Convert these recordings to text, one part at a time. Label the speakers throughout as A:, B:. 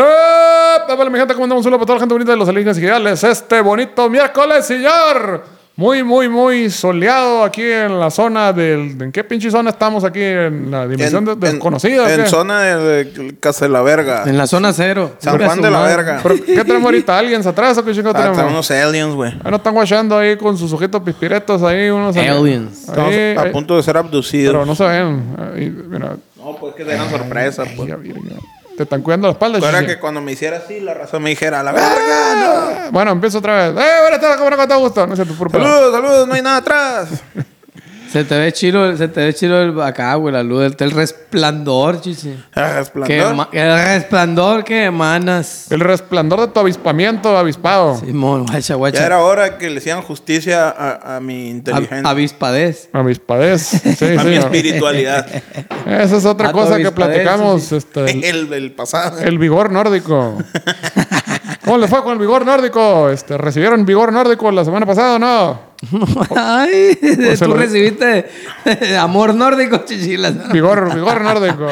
A: ¡Eh! Vale, mi gente, ¿cómo andamos? Un saludo para toda la gente bonita de los alienígenas ideales. Este bonito miércoles, señor. Muy, muy, muy soleado aquí en la zona del... ¿En qué pinche zona estamos aquí? ¿En la dimensión
B: En-
A: de-
B: en-
A: desconocida? o
B: En
A: qué?
B: zona de, de Casa de la Verga.
C: En la zona cero.
B: San Juan de la Verga.
A: ¿Pero ¿Qué tenemos ahorita? ¿Alguien se atrasa? ¿Qué chingo
B: Ah,
A: tenemos?
B: están unos aliens, güey.
A: Ahí nos están guachando ahí con sus ojitos pispiretos ahí. Unos Ahí,
C: Aliens.
B: Estamos
A: ahí,
B: a punto de ser
A: Eh,
B: abducidos.
A: pero no se ven. Ahí, mira,
B: No, pues que dejan sorpresa, pues.
A: ya, mira. Te están cuidando la espalda.
B: Pero era
A: chichi. Ah,
B: que cuando me hiciera así, la raza me dijera, "¡La verga! no".
A: Bueno, empiezo otra vez. ¡Eh, buenas tardes! ¿Cómo no? ¿Cómo está gusto? No es cierto, puro pedo.
B: Saludos, saludos, no hay nada atrás.
C: Se te ve chido, se te ve chido el, acá, güey, la luz, el, el resplandor, chichi.
B: Ah,
C: Que
B: Resplandor.
C: ema- el resplandor que emanas.
A: El resplandor de tu avispamiento, avispado.
C: Simón, guacha,
B: Ya
C: guacha.
B: era hora que le hicieran justicia a, a mi inteligencia.
C: A- Avispadez.
A: Avispadez. Sí,
B: a mi
A: sí.
B: espiritualidad.
A: Esa es otra
C: A tu
A: cosa que
C: avispadez,
A: platicamos.
C: sí, sí.
A: Este, el,
B: el del pasado.
A: el vigor nórdico. ¿Cómo le fue con el vigor nórdico? Este, ¿Recibieron vigor nórdico la semana pasada o no?
C: Ay,
A: se
C: tú
A: lo-
C: recibiste amor nórdico, chichilas.
A: Vigor, vigor nórdico.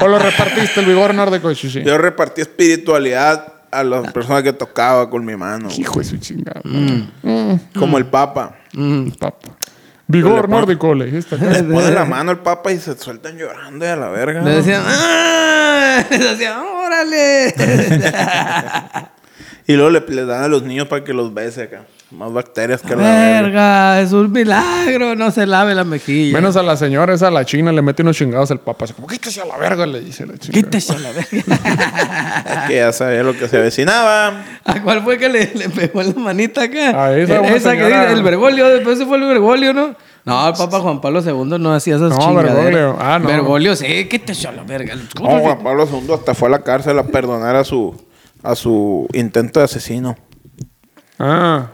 A: ¿O lo repartiste el vigor nórdico, chichi?
B: Yo repartí espiritualidad a las personas que tocaba con mi mano.
A: Hijo de su chingada.
B: Mm. Como el Papa.
A: Papa. Vigor
B: Le pon-
A: nórdico, le dijiste. acá.
B: Le ponen la mano al Papa y se sueltan llorando y a la verga.
C: Le decían, ¡ah! Le decían, ¡órale!
B: Y luego le, le dan a los niños para que los bese acá. Más bacterias que la verga.
C: Verga, es un milagro, no se lave la mejilla.
A: Menos a la señora, esa a la china, le mete unos chingados al papa. Así como, quítese a la verga, le dice la china.
C: Quítese a la verga.
B: Es que ya sabía lo que se avecinaba.
C: ¿A cuál fue que le, le pegó en la manita acá?
A: A esa,
C: Eh,
A: una
C: esa que
A: señora.
C: dice, el Bergoglio, después se fue el Bergoglio, ¿no? No, el Papa Juan Pablo II no hacía esas
A: No,
C: chingaderas.
A: Bergoglio. Ah, no. Oh,
C: Bergoglio, sí, quítese a la verga.
B: No, Juan Pablo II hasta fue a la cárcel a perdonar a su, a su intento de asesino.
A: Ah.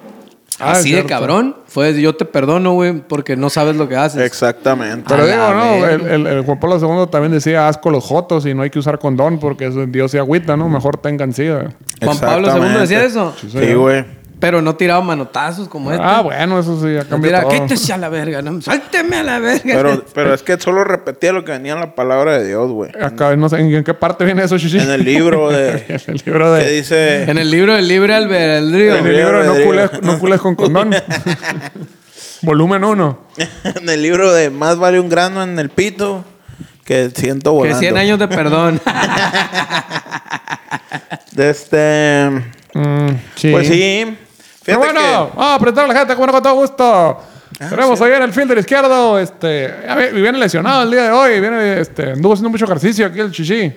A: Ah, es
C: Así de
A: cierto.
C: cabrón. Fue, yo te perdono, güey, porque no sabes lo que haces.
B: Exactamente.
A: Pero ¿eh?
C: A
A: digo,
C: la
A: ¿no?
C: verga.
A: El, el- el Juan Pablo II también decía, haz con los jotos y no hay que usar condón porque eso, Dios se agüita, ¿no? Mejor tengan sida.
C: Juan Pablo II decía
B: Exactamente.
C: eso.
A: Sí,
B: Sí,
A: señor.
B: güey.
C: Pero no tiraba manotazos como este.
A: Ah, bueno, eso sí, ha
C: No
A: cambiado
C: tiraba,
A: todo.
C: quítese a la verga. No, suélteme a la verga.
B: Pero, pero es que solo repetía lo que venía en la palabra de Dios, güey.
A: Acá, no sé, ¿en, en qué parte viene eso, Shishi?
B: En el libro de...
A: En el libro
B: que
A: de...
B: dice...
C: en el libro del libre albedrío.
A: En el libro de no
B: Rodrigo.
A: cules, no cules con condón. Volumen 1.
B: en el libro de Más vale un grano en el pito que siento
C: Que
B: volando.
C: 100 años de perdón.
B: De este...
A: Mm, sí.
B: Pues sí.
A: Pero
B: Fíjate
A: bueno, vamos a apretar a la gente, como no, con todo gusto. Tenemos ahí en el fielder izquierdo, este, a ver, y viene lesionado el día de hoy, viene, este, anduvo haciendo mucho ejercicio aquí el chichi.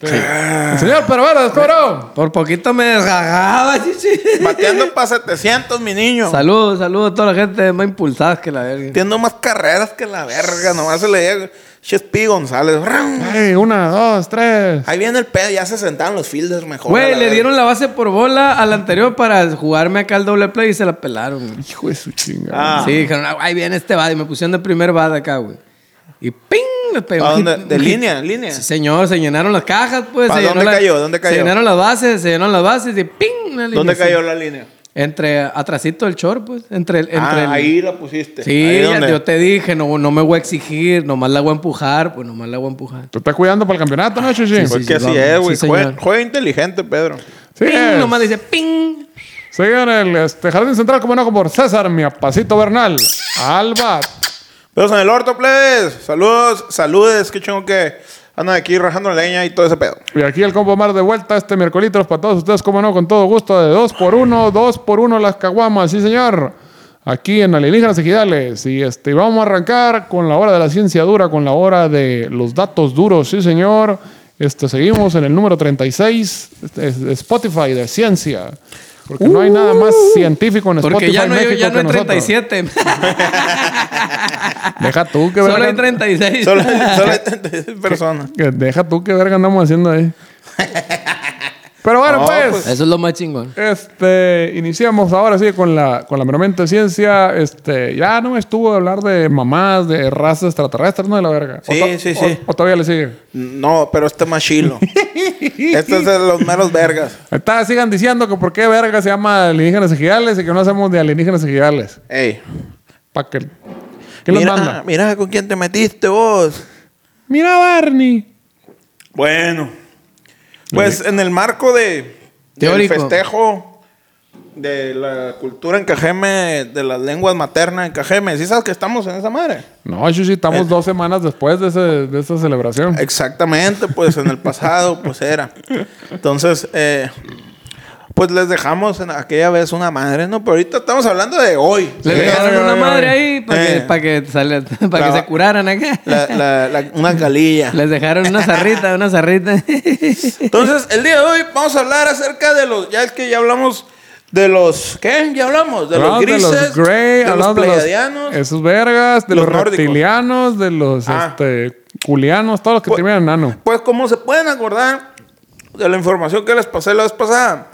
A: Este, El señor Pero Verdes, ¿cómo
C: Por poquito me desgajaba, chichi.
B: que bateando para 700, mi niño.
C: Saludos, saludos a toda la gente más impulsada que la verga.
B: Tiene más carreras que la verga. Nomás se le llega Chespi González. ¡Ram!
A: no? Ay, una, dos, tres.
B: Ahí viene el pedo. Ya se sentaron los fielders mejor. a
C: Güey,
B: la
C: le
B: verga.
C: dieron la base por bola al anterior para jugarme acá al doble play y se la pelaron. güey.
A: Hijo de su chinga.
B: Ah,
C: Sí, dijeron, "Ah, ahí viene este bad y me pusieron de primer bad acá, güey. Y ¡ping! Me pegó.
B: ¿A
C: un
B: dónde?
C: hit-
B: ¿De
C: un hit.
B: línea? ¿Línea?
C: Sí, señor, se llenaron las cajas, pues.
B: ¿Pa
C: se llenó
B: dónde
C: la-
B: cayó? ¿Dónde cayó?
C: Se llenaron las bases, se llenaron las bases y ¡ping! Una línea
B: ¿Dónde
C: así.
B: cayó la línea?
C: Entre atrasito del short, pues. Entre el. Entre
B: ah,
C: el-
B: ahí la pusiste.
C: Sí,
B: Ahí donde-
C: yo te dije, no, no me voy a exigir, nomás la voy a empujar, pues nomás la voy a empujar.
A: ¿Te estás cuidando para el campeonato, no, chichi?
C: sí,
B: Pues
C: sí,
B: que así
C: vamos.
B: es, güey.
C: Sí,
B: juega,
C: señor.
B: juega inteligente, Pedro.
A: Sí,
C: ¡Ping!
A: es.
C: Nomás dice ¡ping!
A: Siguen el este, Jardín Central, como no, como por César, mi apacito Bernal, Alba.
B: Pero en el orto, plebes. Saludos, saludes. Qué chongo que andan aquí rajando leña y todo ese pedo.
A: Y aquí el combo Mar de vuelta este miércoles para todos ustedes, como no, con todo gusto, de 2 por 1 2 por 1 las caguamas, sí señor. Aquí en Alienígenas Ejidales. Y este, vamos a arrancar con la hora de la ciencia dura, con la hora de los datos duros, sí señor. Este, seguimos en el número 36, este, es- de Spotify de ciencia. Porque no hay nada más científico en Spotify
C: Uh. Porque ya no, hay-
A: México
C: ya no
A: que
C: hay
A: nosotros.
C: 37.
A: Deja tú que
C: Solo hay
A: verga.
C: 36.
B: Solo, solo hay 36 personas.
A: que- Deja tú que verga andamos haciendo ahí. Pero bueno,
B: No,
A: pues
B: pues,
C: Eso es lo más chingón.
A: Este, iniciamos ahora sí con la, con la meramente ciencia. Este, ya no estuvo de hablar de mamás, de razas extraterrestres, ¿no? De la verga.
B: Sí,
A: O to-
B: sí,
A: o-
B: sí.
A: O, todavía le sigue.
B: No, pero este más chilo. este es de los meros vergas.
A: Está, sigan diciendo que por qué verga se llama alienígenas ejidales y que no hacemos de alienígenas ejidales.
B: Ey.
A: Pa' que... ¿Qué les
B: mira,
A: manda?
B: mira con quién te metiste vos.
A: Mira, Barney.
B: Bueno. Pues en el marco de del
C: Teórico.
B: festejo de la cultura en Cajeme, de las lenguas maternas en Cajeme, ¿sí sabes que estamos en esa madre?
A: No, Chuchi, estamos dos semanas después de, ese- de esa celebración.
B: Exactamente, pues en el pasado, pues era. Entonces, eh, pues les dejamos en aquella vez una madre, ¿no? Pero ahorita estamos hablando de hoy.
C: Le
A: Sí,
C: pegaron
A: ay,
C: una
A: ay,
C: madre
A: ay.
C: ahí para
B: Eh.
C: que, pa' que, sale- pa'
B: La-
C: que se curaran acá.
B: La- la- la- una galilla.
C: Les dejaron una zarrita, una zarrita.
B: Entonces, el día de hoy vamos a hablar acerca de los. Ya es que ya hablamos de los. ¿Qué? Ya hablamos. De los
A: Hablamos
B: grises.
A: de los Grey,
B: de los
A: hablamos de los-
B: pleiadianos.
A: esos vergas, de
B: Los
A: los,
B: nórdicos.
A: reptilianos, de los
B: Ah.
A: este, culianos, todos los que
B: Pues-
A: terminan en nano.
B: Pues, como se pueden acordar de la información que les pasé la vez pasada,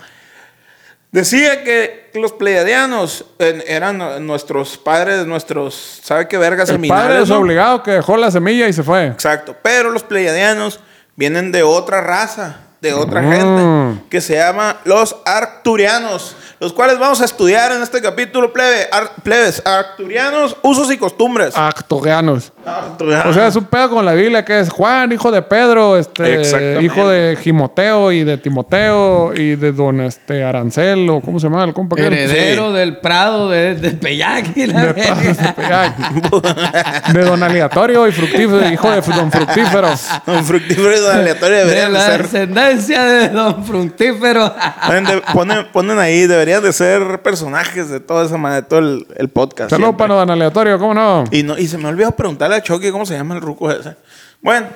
B: decía que los pleiadianos en- eran eh, nuestros padres, nuestros. ¿Sabe qué vergas
A: El padre
B: seminales?
A: es
B: no?
A: obligado que dejó la semilla y se fue.
B: Exacto. Pero los pleiadianos vienen de otra raza, de otra
A: Mm.
B: gente, que se llama los arcturianos, los cuales vamos a estudiar en este capítulo, plebe, ar- plebes. Arcturianos, usos y costumbres.
A: Actorianos.
B: Arcturianos.
A: Ah. O sea, es un pedo con la Biblia que es Juan, hijo de Pedro, este,
B: Exactamente.
A: hijo de Jimoteo y de Timoteo y de don este, Arancel o cómo se llama el compa. aquel?
C: Heredero del Prado de, de Peyac y la
A: De,
C: verga.
A: Ay. De don aleatorio y fructífero, hijo de don fructífero.
B: Don Fructífero y don Aleatorio
C: De
B: deberían de
C: la
B: ser.
C: descendencia de Don Fructífero.
B: Ponen, de- ponen- ponen ahí, deberían de ser personajes de toda esa madre, de todo el, el podcast.
A: Saludos
B: siempre.
A: para don aleatorio, ¿cómo no?
B: Y, no, y se me olvidó preguntarle a Chucky cómo se llama el ruco ese. Bueno,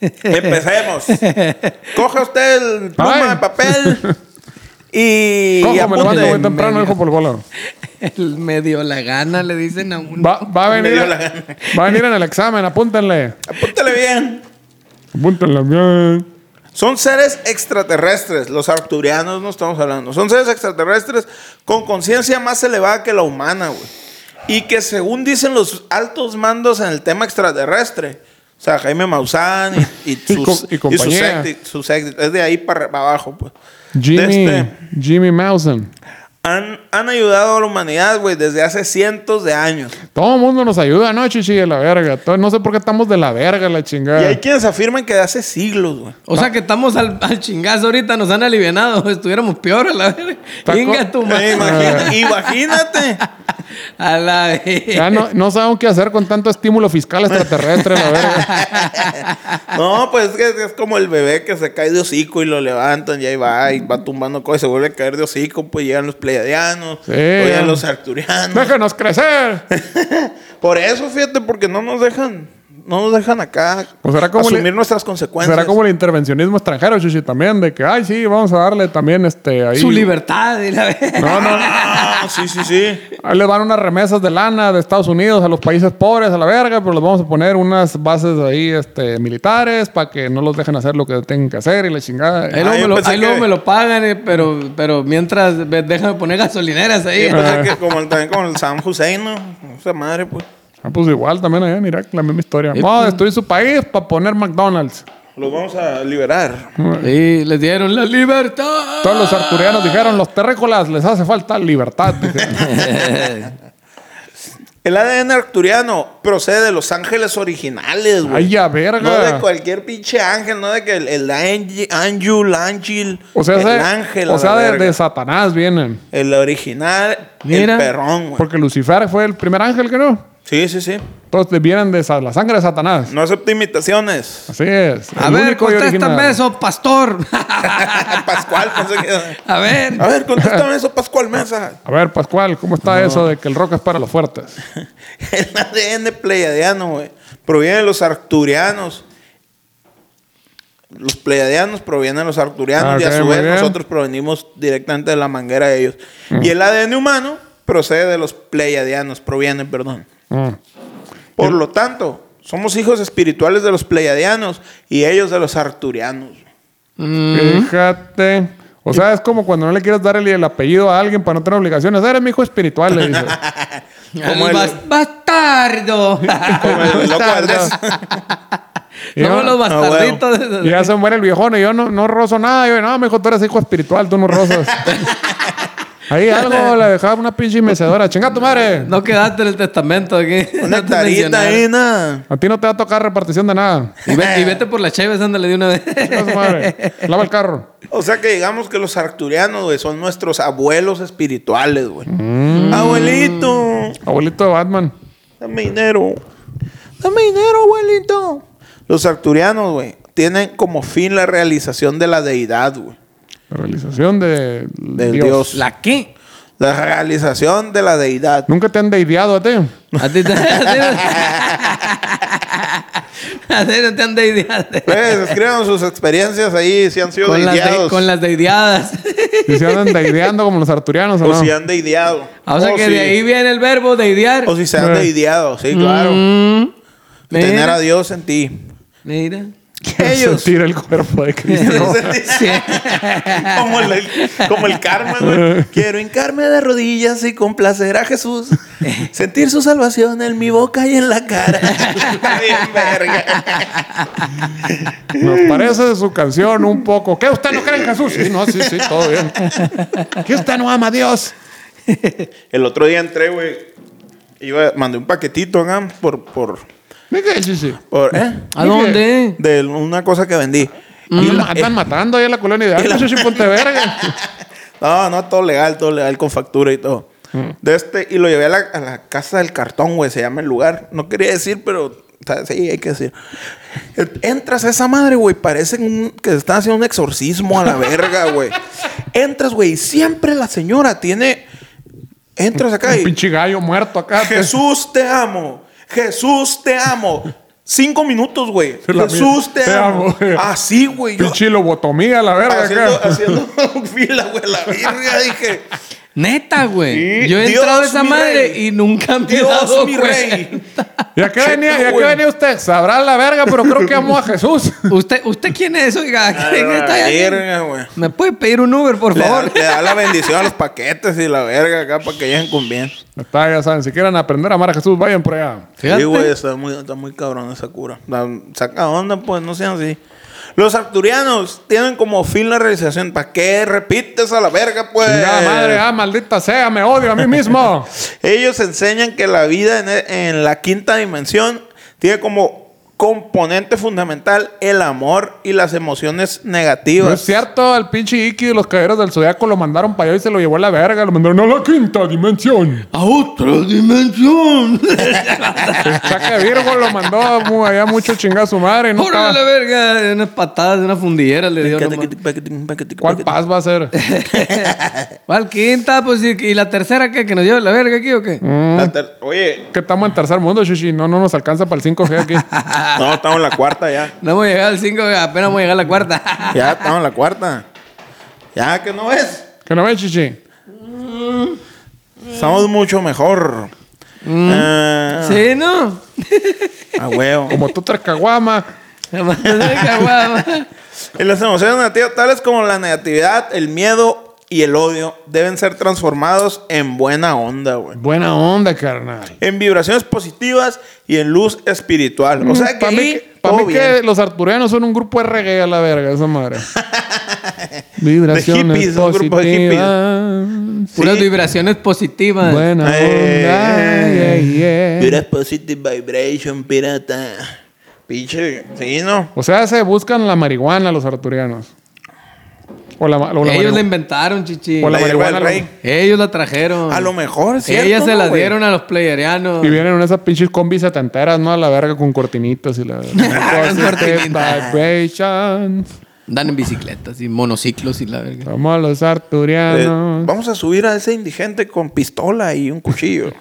B: empecemos. Coge usted el pluma
A: Ay.
B: de papel y,
A: ¿Cómo me levanto
B: apunte.
A: muy temprano, hijo por el bolo?
C: El medio la gana le dicen a uno.
A: Va, va a
B: Me
A: venir,
B: dio la gana.
A: va a venir en el examen, apúntenle.
B: Apúntale bien.
A: Apúntenle bien.
B: Son seres extraterrestres, los arcturianos no estamos hablando. Son seres extraterrestres con conciencia más elevada que la humana, güey. Y que según dicen los altos mandos en el tema extraterrestre, o sea, Jaime Maussan y, y
A: Y
B: sus,
A: com- y
B: y sus
A: compañía.
B: secti- sus secti- es de ahí para, para abajo, pues.
A: Jimmy,
B: De este-
A: Jimmy Mausen.
B: han, han ayudado a la humanidad, güey, desde hace cientos de años.
A: Todo el mundo nos ayuda, ¿no, chichi? De la verga. Todo- no sé por qué estamos de la verga, la
B: Y hay
A: chingada.
B: quienes afirman que de hace siglos, güey.
C: O sea que estamos al, al chingazo ahorita, nos han alivianado. Estuviéramos peor a la verga.
A: Taco-
C: Venga tu
B: Eh,
C: madre.
A: Ah.
B: imagina- Imagínate.
C: A la verga.
A: Ya no, no saben qué hacer con tanto estímulo fiscal extraterrestre, la verga.
B: No, pues es, que es como el bebé que se cae de hocico y lo levantan y ahí va y va tumbando cosas y se vuelve a caer de hocico. Pues llegan los pleiadianos,
A: Sí.
B: llegan los arturianos.
A: ¡Déjenos crecer!
B: Por eso, fíjate, porque no nos dejan, no nos dejan acá
A: Pues será como
B: asumir
A: le-
B: nuestras consecuencias.
A: Será como el intervencionismo extranjero, chichi, también. De que, ay, sí, vamos a darle también este... Ahí,
C: Su libertad y la verga.
A: No, no,
B: Ah, sí, sí, sí.
A: Ahí les van unas remesas de lana de Estados Unidos a los países pobres, a la verga, pero les vamos a poner unas bases ahí este, militares para que no los dejen hacer lo que tengan que hacer y la chingada.
C: Ahí
B: Ah, yo
C: luego, me lo,
B: pensé
C: ahí luego
B: que-
C: me lo pagan, eh, pero, pero mientras ve- déjame poner gasolineras ahí.
B: Yo pensé que como el- también como el Sam Hussein, ¿no? Esa madre, pues.
A: Ah, pues igual también allá en Irak, la misma historia. No, destruir su país para poner McDonald's.
B: Los vamos a liberar.
C: Y les dieron la libertad.
A: Todos los arturianos dijeron, los terrícolas les hace falta libertad. dijeron.
B: El ADN arcturiano procede de los ángeles originales, güey.
A: Ay, a
B: No de
A: verga.
B: cualquier pinche ángel, no de que el, el Angi- Ángel, Ángel,
A: O sea,
B: el
A: ese-
B: ángel, a
A: o
B: la
A: sea de,
B: verga.
A: de Satanás vienen.
B: el original,
C: Mira.
B: el perrón, güey.
A: Porque Lucifer fue el primer ángel que no.
B: Sí, sí, sí.
A: Entonces vienen de sa- la sangre de Satanás.
B: No acepto imitaciones.
A: Así es.
C: A
A: el
C: ver,
A: único y
C: contéstame
A: original.
C: eso, pastor.
B: Pascual, pensé que-
C: A ver.
B: A ver, contéstame eso, Pascual Mesa.
A: A ver, Pascual, ¿cómo está eso de que el rock es para los fuertes?
B: El ADN pleiadiano, güey. Proviene de los arcturianos. Los pleiadianos provienen de los arcturianos
A: Ah,
B: y a
A: ok,
B: su
A: muy
B: vez
A: bien.
B: nosotros provenimos directamente de la manguera de ellos. Y el ADN humano procede de los pleiadianos, proviene, perdón.
A: Mm.
B: Por lo tanto, somos hijos espirituales de los pleiadianos y ellos de los arturianos.
C: Mm,
A: Fíjate. O sea, es como cuando no le quieres dar el, el apellido a alguien para no tener obligaciones. Eres mi hijo espiritual, le dices.
B: Como
C: el
B: el-
C: bas- bastardo.
B: Como el loco Valdés.
A: Y ya-
C: Somos los
B: Ah, bueno.
C: bastarditos.
A: Y ya se muere el viejón y yo no, no rozo nada. Yo, no, me dijo, tú eres hijo espiritual, tú no rozas. Ahí algo le dejaba una pinche mecedora. ¡Chinga tu madre!
C: No quedaste en el testamento aquí.
B: Una ¿eh?
C: No te
B: hectarita
C: mencionaron.
B: ahí, nada.
A: A ti no te va a tocar repartición de nada.
C: Y, ve- y vete por las chaves, ándale de una vez.
A: Chinga tu madre. Lava el carro.
B: O sea que digamos que los arcturianos, güey, son nuestros abuelos espirituales, güey.
A: Mm.
B: Abuelito,
A: Abuelito de Batman.
B: dame dinero. Dame dinero, abuelito. Los arcturianos, güey, tienen como fin la realización de la deidad, güey.
A: La realización de...
B: Del Dios.
C: ¿La qué?
B: La realización de la deidad.
A: Nunca te han deideado a ti.
C: A ti te, a ti no- a ti no te han deideado.
B: Pues, escriban sus experiencias ahí, si han sido
C: Con las, de-
B: deideados.
C: con las deideadas.
A: Si se andan deideando como los arturianos o
B: O
A: no.
B: si han deideado.
C: Ah, O sea que
B: si-
C: de ahí viene el verbo deidear.
B: O si se han
A: Eh.
B: deideado, sí, Oh, claro.
C: Mm,
B: Tener
C: mira,
B: a Dios en ti.
C: mira.
B: ellos.
A: Sentir el cuerpo de Cristo.
C: Sí.
B: como, el, como el karma, güey. Quiero hincarme de rodillas y complacer a Jesús. Sentir su salvación en mi boca y en la cara. Está bien, verga.
A: Nos parece su canción un poco. ¿Qué usted no cree en Jesús? Sí, no, sí, sí, todo bien. ¿Qué usted no ama a Dios?
B: El otro día entré, güey. Iba, mandé un paquetito acá por, por,
A: Mira, sí, sí.
B: por, ¿eh?
C: ¿A dónde?
B: De una cosa que vendí.
A: Y la están matando ahí en la colonia de Alba, sí, ponte verga.
B: No, no, todo legal, todo legal, con factura y todo.
A: Mm.
B: De este, y lo llevé a la, a la casa del cartón, güey, se llama el lugar. No quería decir, pero o sea, sí, hay que decir. Entras a esa madre, güey, parecen un- que se están haciendo un exorcismo a la verga, güey. Entras, güey, y siempre la señora tiene. Entras acá
A: Un
B: y.
A: pinche gallo muerto acá. pues, te-
B: Jesús, te amo. Jesús, te amo. Cinco minutos, güey.
A: Se la
B: Jesús, te,
A: mira. Te
B: amo.
A: amo, güey.
B: Así, güey. Yo
A: Pinche lobotomía, la verga
B: haciendo,
A: acá.
B: haciendo fila, güey, la verga, dije.
C: Neta, güey.
B: Sí.
C: Yo he
B: Dios,
C: entrado a esa
B: mi
C: madre
B: rey.
C: y nunca me he
B: Dios,
C: dado
B: mi
C: cuenta.
B: rey.
A: ¿Y a qué venía, y a qué
B: güey.
A: venía usted? Sabrá la verga, pero creo que amo a Jesús.
C: ¿Usted, ¿Usted quién es? Oiga, ¿quién está ahí?
B: verga, eh, güey.
C: ¿Me puede pedir un Uber, por
B: Le da,
C: favor?
B: le da la bendición a los paquetes y la verga acá para que lleguen con bien.
A: Está, ya saben, si quieren aprender a amar a Jesús, vayan por allá.
B: Sí, güey, está muy, está muy cabrón esa cura. La- saca onda, pues, no sean así. Los arturianos tienen como fin la realización. ¿Para qué repites a la verga, pues?
A: Chingada madre, ah, maldita sea, me odio a mí mismo.
B: Ellos enseñan que la vida en, e- en la quinta dimensión tiene como componente fundamental el amor y las emociones
A: No es
B: negativas.
A: cierto, al pinche Iki de los caballeros del Zodiaco lo mandaron para allá y se lo llevó a la verga. Lo mandaron a la quinta dimensión.
C: ¡A otra dimensión!
A: El Saca de Virgo lo mandó mu- allá mucho chingar a su madre. No
C: ¡Órale, la
A: estaba-
C: verga! De unas patadas, de una fundillera le dio nomás.
A: ¿Cuál paz va a ser?
C: ¿Cuál quinta? Pues, ¿y, y la tercera qué? ¿Que nos lleve la verga aquí o qué?
B: La ter- Oye,
A: Que estamos en tercer mundo, Shishi. No, no nos alcanza para el 5G aquí.
B: no, estamos en la cuarta ya.
C: No hemos llegado al 5, apenas hemos llegado a la cuarta.
B: Ya estamos en la cuarta. Ya que no es.
A: ¿Que no ves, Shishi?
B: Estamos mucho mejor.
A: Mm.
B: Ah,
C: ¿Sí, no?
B: A huevo.
A: Como tú tres caguama.
B: Y las emociones negativas, tales como la negatividad, el miedo y el odio, deben ser transformados en buena onda, güey.
A: Buena onda, carnal.
B: En vibraciones positivas y en luz espiritual. O sea que
A: Para mí,
B: ahí
A: Mm, pa'
B: todo
A: mí
B: bien.
A: que los arturianos son un grupo de reggae a la verga, esa madre. Vibraciones
B: hippies, un grupo de hippies.
A: positivas.
C: Puras
B: Sí.
C: vibraciones positivas.
A: Buena onda.
B: Eh,
A: yeah, yeah.
B: Vibras positive vibration, pirata. Pinche. Sí, no.
A: O sea, se buscan la marihuana los arturianos. O la, ma- o la
C: Ellos la
A: marihuana.
C: inventaron, chichi.
A: O
B: La
A: la
B: hierba del
A: marihuana.
B: rey.
C: Ellos la trajeron.
B: A lo mejor, sí.
C: Ellas se la dieron a los playerianos.
A: Y vienen en esas pinches combis setenteras, ¿no? A la verga con cortinitas y la
C: Con
A: verga.
C: cortinitas.
A: vibrations.
C: Dan en bicicletas y monociclos y la verga.
A: Somos los
B: Eh,
A: arturianos.
B: Vamos a subir a ese indigente con pistola y un cuchillo.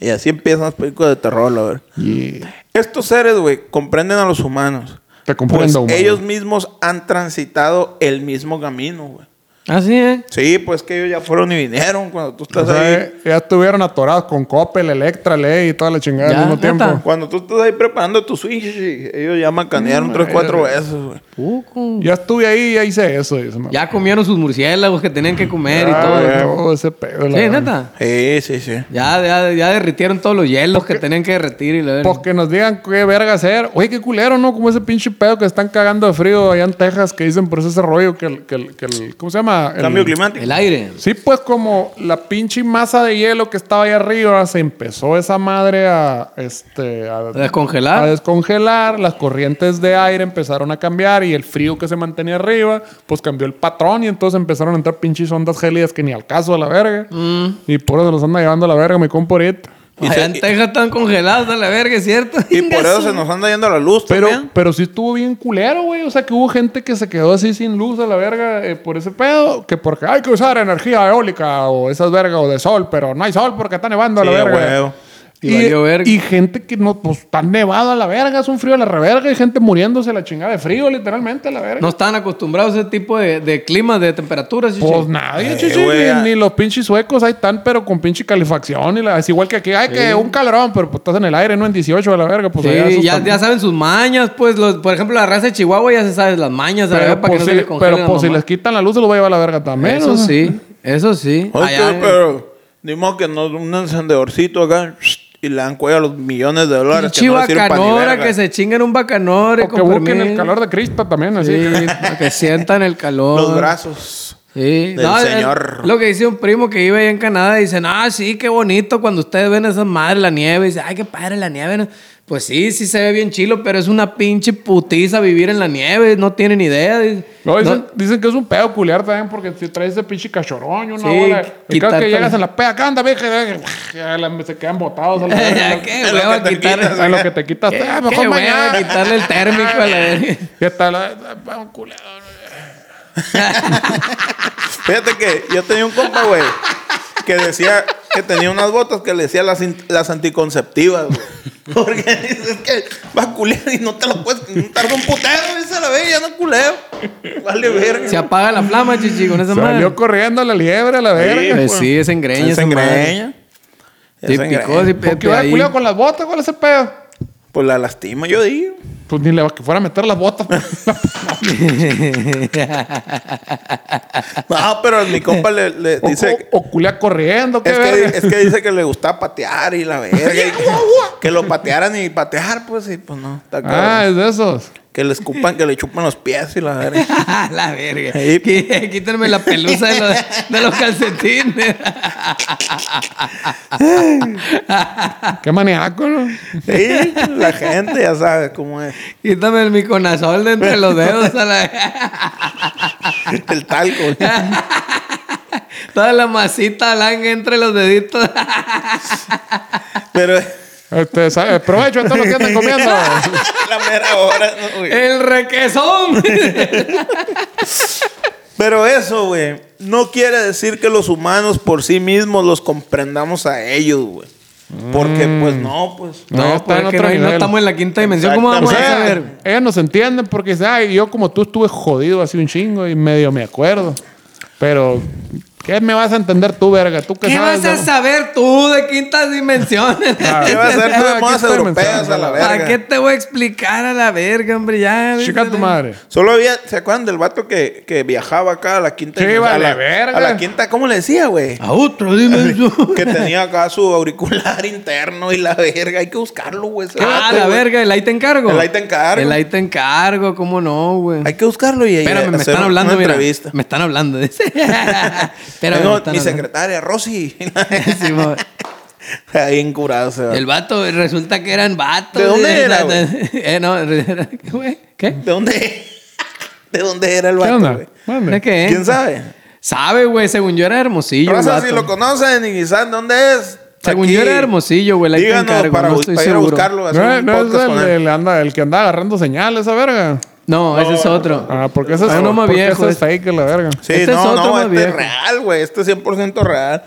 B: y así empiezan las películas de terror, la verdad.
A: Yeah.
B: Estos seres, güey, comprenden a los humanos.
A: Te
B: Pues
A: comprendo, humano.
B: ellos mismos han transitado el mismo camino, güey.
A: Ah,
C: Así
A: ¿eh?
C: es.
B: Sí, pues que ellos ya fueron y vinieron cuando tú
A: O
B: estás
A: sea,
B: ahí.
A: eh, ya estuvieron atorados con Coppel, Electra, Ley y toda la chingada
C: Ya,
A: al mismo
C: neta.
A: tiempo.
B: Cuando tú estás ahí preparando tu switch, y ellos ya
A: Mm,
B: macanearon tres, cuatro veces, güey.
C: Poco.
A: Ya estuve ahí y ya hice eso. dice, man.
C: Ya comieron sus murciélagos que tenían que comer y
A: Ah,
C: todo.
A: güey, todo ese pedo. la
C: Sí,
A: verdad.
C: neta.
B: Sí, sí, sí.
C: Ya, ya, ya derritieron todos los hielos que tenían que derretir y la verga.
A: Pues que nos digan qué verga hacer. Oye, qué culero, ¿no? Como ese pinche pedo que están cagando de frío allá en Texas que dicen por ese rollo que el, que el, que el- ¿cómo se llama? la. el-
B: Cambio climático.
C: El aire.
A: Sí, pues como la pinche masa de hielo que estaba ahí arriba, se empezó esa madre a, este, a,
C: descongelar.
A: a descongelar, las corrientes de aire empezaron a cambiar y el frío que se mantenía arriba, pues cambió el patrón y entonces empezaron a entrar pinches ondas gélidas que ni al caso a la verga. Y por eso los anda llevando a la verga, mi compa ahorita.
B: Y,
C: Allá
B: se-
C: en
B: y-
C: Texas están congelados a la verga, es ¿cierto?
B: y por eso se nos anda yendo la luz
A: Pero,
B: también.
A: pero sí estuvo bien culero, güey. O sea, que hubo gente que se quedó así sin luz a la verga eh, por ese pedo. Que porque hay que usar energía eólica o esas vergas o de sol, pero no hay sol porque está nevando a la
B: Sí, a
A: verga.
B: huevo.
C: Y valió verga.
A: y gente que no, pues está nevado a la verga, es un frío a la reverga y gente muriéndose la chingada de frío, literalmente a la verga.
C: No están acostumbrados a ese tipo de, de climas, de temperaturas. chichi.
A: Pues nadie,
C: Eh,
A: chichi,
B: güey,
A: ni,
B: ah.
A: ni los pinches suecos ahí están, pero con pinche calefacción. Y la, es igual que aquí, hay que un calorón, pero pues, estás en el aire, no en 18 a la verga. Pues
C: Sí,
A: allá esos
C: ya,
A: también.
C: ya saben sus mañas, pues. los- por ejemplo, la raza de Chihuahua ya se sabe las mañas, a la
A: Pero,
C: verga, para
A: pues,
C: que no
A: si,
C: se le congele
A: pero
C: la
A: pues, si
C: mamá.
A: les quitan la luz, se lo voy a llevar a la verga también. o
C: Eso
A: sea.
C: sí, eso sí.
B: Oye,
C: Allá en-
B: pero ni modo que nos un encendedorcito acá y le dan cuello a los millones de dólares.
C: Pinche
B: que no le sirven pa' ni
C: bacanora,
B: verga.
C: que se chinguen un bacanore.
A: O que busquen el calor pues, de Cristo también, así.
C: Sí, para que sientan el calor.
B: Los brazos.
C: Sí.
B: del
C: es-
B: señor.
C: lo que dice un primo que iba allá en Canadá, dicen, ah, sí, qué bonito cuando ustedes ven esas madres, la nieve. Dice, ay, qué padre la nieve. ¿no?". Pues sí, sí se ve bien chilo, pero es una pinche putiza vivir en la nieve. No tienen idea. dice.
A: Luego dicen,
C: No-
A: dicen que es un pedo culiar también porque si traes ese pinche cachorón y una bola.
C: Sí,
A: Y cada que
C: quitarte-
A: llegas en la peda, acá anda, vieja, ya la- se quedan botados. A la
C: Ya,
A: verga.
C: qué
B: Es lo
C: hueva
B: que te
C: quitarle-
B: quitas,
A: A lo que te quitas.
C: qué-
A: "Ah,
C: qué
A: mejor
C: hueva
A: mañana.
C: quitarle el térmico a la verga.
A: Y hasta la. ah, un culiado.
B: Fíjate que yo tenía un compa, güey, que decía que tenía unas botas que le decía las, in- las anticonceptivas, güey. Porque dices que va a culear y no te lo puedes. No tarda un putero, dice la ve, ya no culeo. Vale, verga.
C: Se apaga la flama, chichi, con esa madre.
A: Salió corriendo la liebre a la verga.
C: Pues sí, es engreña.
B: Es
C: esa madre.
B: engreña. Es
C: Típico,
B: engreña.
C: sí,
A: ¿Por
C: pe-
A: qué hubiera
C: ahí.
A: culiado con las botas? ¿Cuál es ese pedo?
B: Pues la lastima, yo digo.
A: Pues ni le va- que fuera a meter las botas.
B: No, pero mi compa le, le
A: O,
B: dice.
A: o, o culiar corriendo. ¿qué
B: Es que,
A: verga?
B: es que dice que le gustaba patear y la verga. y que, que lo patearan y patear, pues, y pues no. está
A: Ah,
B: cabrón.
A: es de esos.
B: Que le escupan, que le chupan los pies y la verga.
C: Ah, la verga.
B: Ahí.
C: Quí- Quítenme la pelusa de los, de los calcetines.
A: Qué maníaco, ¿no?
B: Sí, la gente ya sabe cómo es.
C: Quítame el miconazol de entre los dedos. A la,
B: El talco.
C: toda la masita blanca entre los deditos.
B: Pero
A: Este, ¿sabe? Provecho a todos los que andan comiendo.
B: la mera hora, ¿no,
A: Eh.
B: güey?
C: el requesón.
B: Pero eso, güey, no quiere decir que los humanos por sí mismos los comprendamos a ellos, güey. Porque, pues,
A: Mm.
B: no, pues.
A: No,
C: No,
A: está
C: pues
A: en
C: es que
A: otro
C: no, hay- no
A: nivel.
C: estamos en la quinta dimensión. ¿Cómo
A: O
C: vamos pues, a
A: sea,
C: saber?
A: ellos nos entienden porque dicen, ay, yo como tú estuve jodido así un chingo y medio me acuerdo. Pero, ¿qué me vas a entender tú, verga? ¿Tú qué,
C: ¿Qué
A: sabes?
C: vas a
A: de-
C: saber tú de quintas dimensiones?
B: ¿Qué va a hacer tú
A: Ah,
B: de
A: aquí
B: modas
A: estoy
B: europeas
A: pensando,
B: a la
C: ¿Para qué
B: verga?
C: te voy a explicar a la verga, hombre? Ya.
A: Chica
C: vete
A: tu
C: la-
A: madre.
B: Solo había, ¿se acuerdan del vato que, que viajaba acá a la quinta
A: Sí,
B: dimensión?
A: vale,
B: a, la,
A: verga.
B: a la quinta, ¿cómo le decía, güey?
C: A otra dimensión.
B: Que tenía acá su auricular interno y la verga. Hay que buscarlo, güey. ese
C: Ah,
B: vato,
C: la
B: güey.
C: verga, el ahí te encargo.
B: El ahí te encargo.
C: El ahí te encargo, cómo no, güey.
B: Hay que buscarlo y
C: Espérame, me
B: hacer
C: están
B: una
C: hablando, mira.
B: entrevista.
C: Me están hablando. dice. Espérame,
B: Tengo
C: me están
B: mi
C: hablando.
B: secretaria, Rosy.
C: Sí, mo-
B: Ahí encurado se va.
C: el vato, resulta que eran vatos.
B: ¿De dónde
C: eh,
B: era, güey?
C: eh, no, era- ¿qué, güey? ¿Qué?
B: ¿De dónde? ¿De dónde era el
A: ¿Qué
B: vato,
A: onda?
B: güey?
A: Mande.
C: ¿De qué?
B: ¿Quién sabe?
C: Sabe, güey, según yo era hermosillo. el
B: Raza,
C: vato.
B: si lo conocen y quizás dónde es.
C: Según
B: Aquí.
C: yo era hermosillo, güey. Ahí te
B: Díganos
C: encargo,
B: para,
C: no
B: bu-
C: estoy
B: para ir a
C: seguro.
B: buscarlo. hacer
A: No,
B: un
A: no es
B: podcast con
A: el,
B: él.
A: el anda- el que anda agarrando señales, esa verga.
C: No, ese es otro.
A: Ah, porque ese es,
C: Hay uno más
A: porque
C: viejo,
A: ese es
C: este.
A: fake, la verga.
B: Sí,
C: este es
B: no,
C: otro
B: no,
C: más
B: este es
C: viejo.
B: real, güey. Este es 100% real.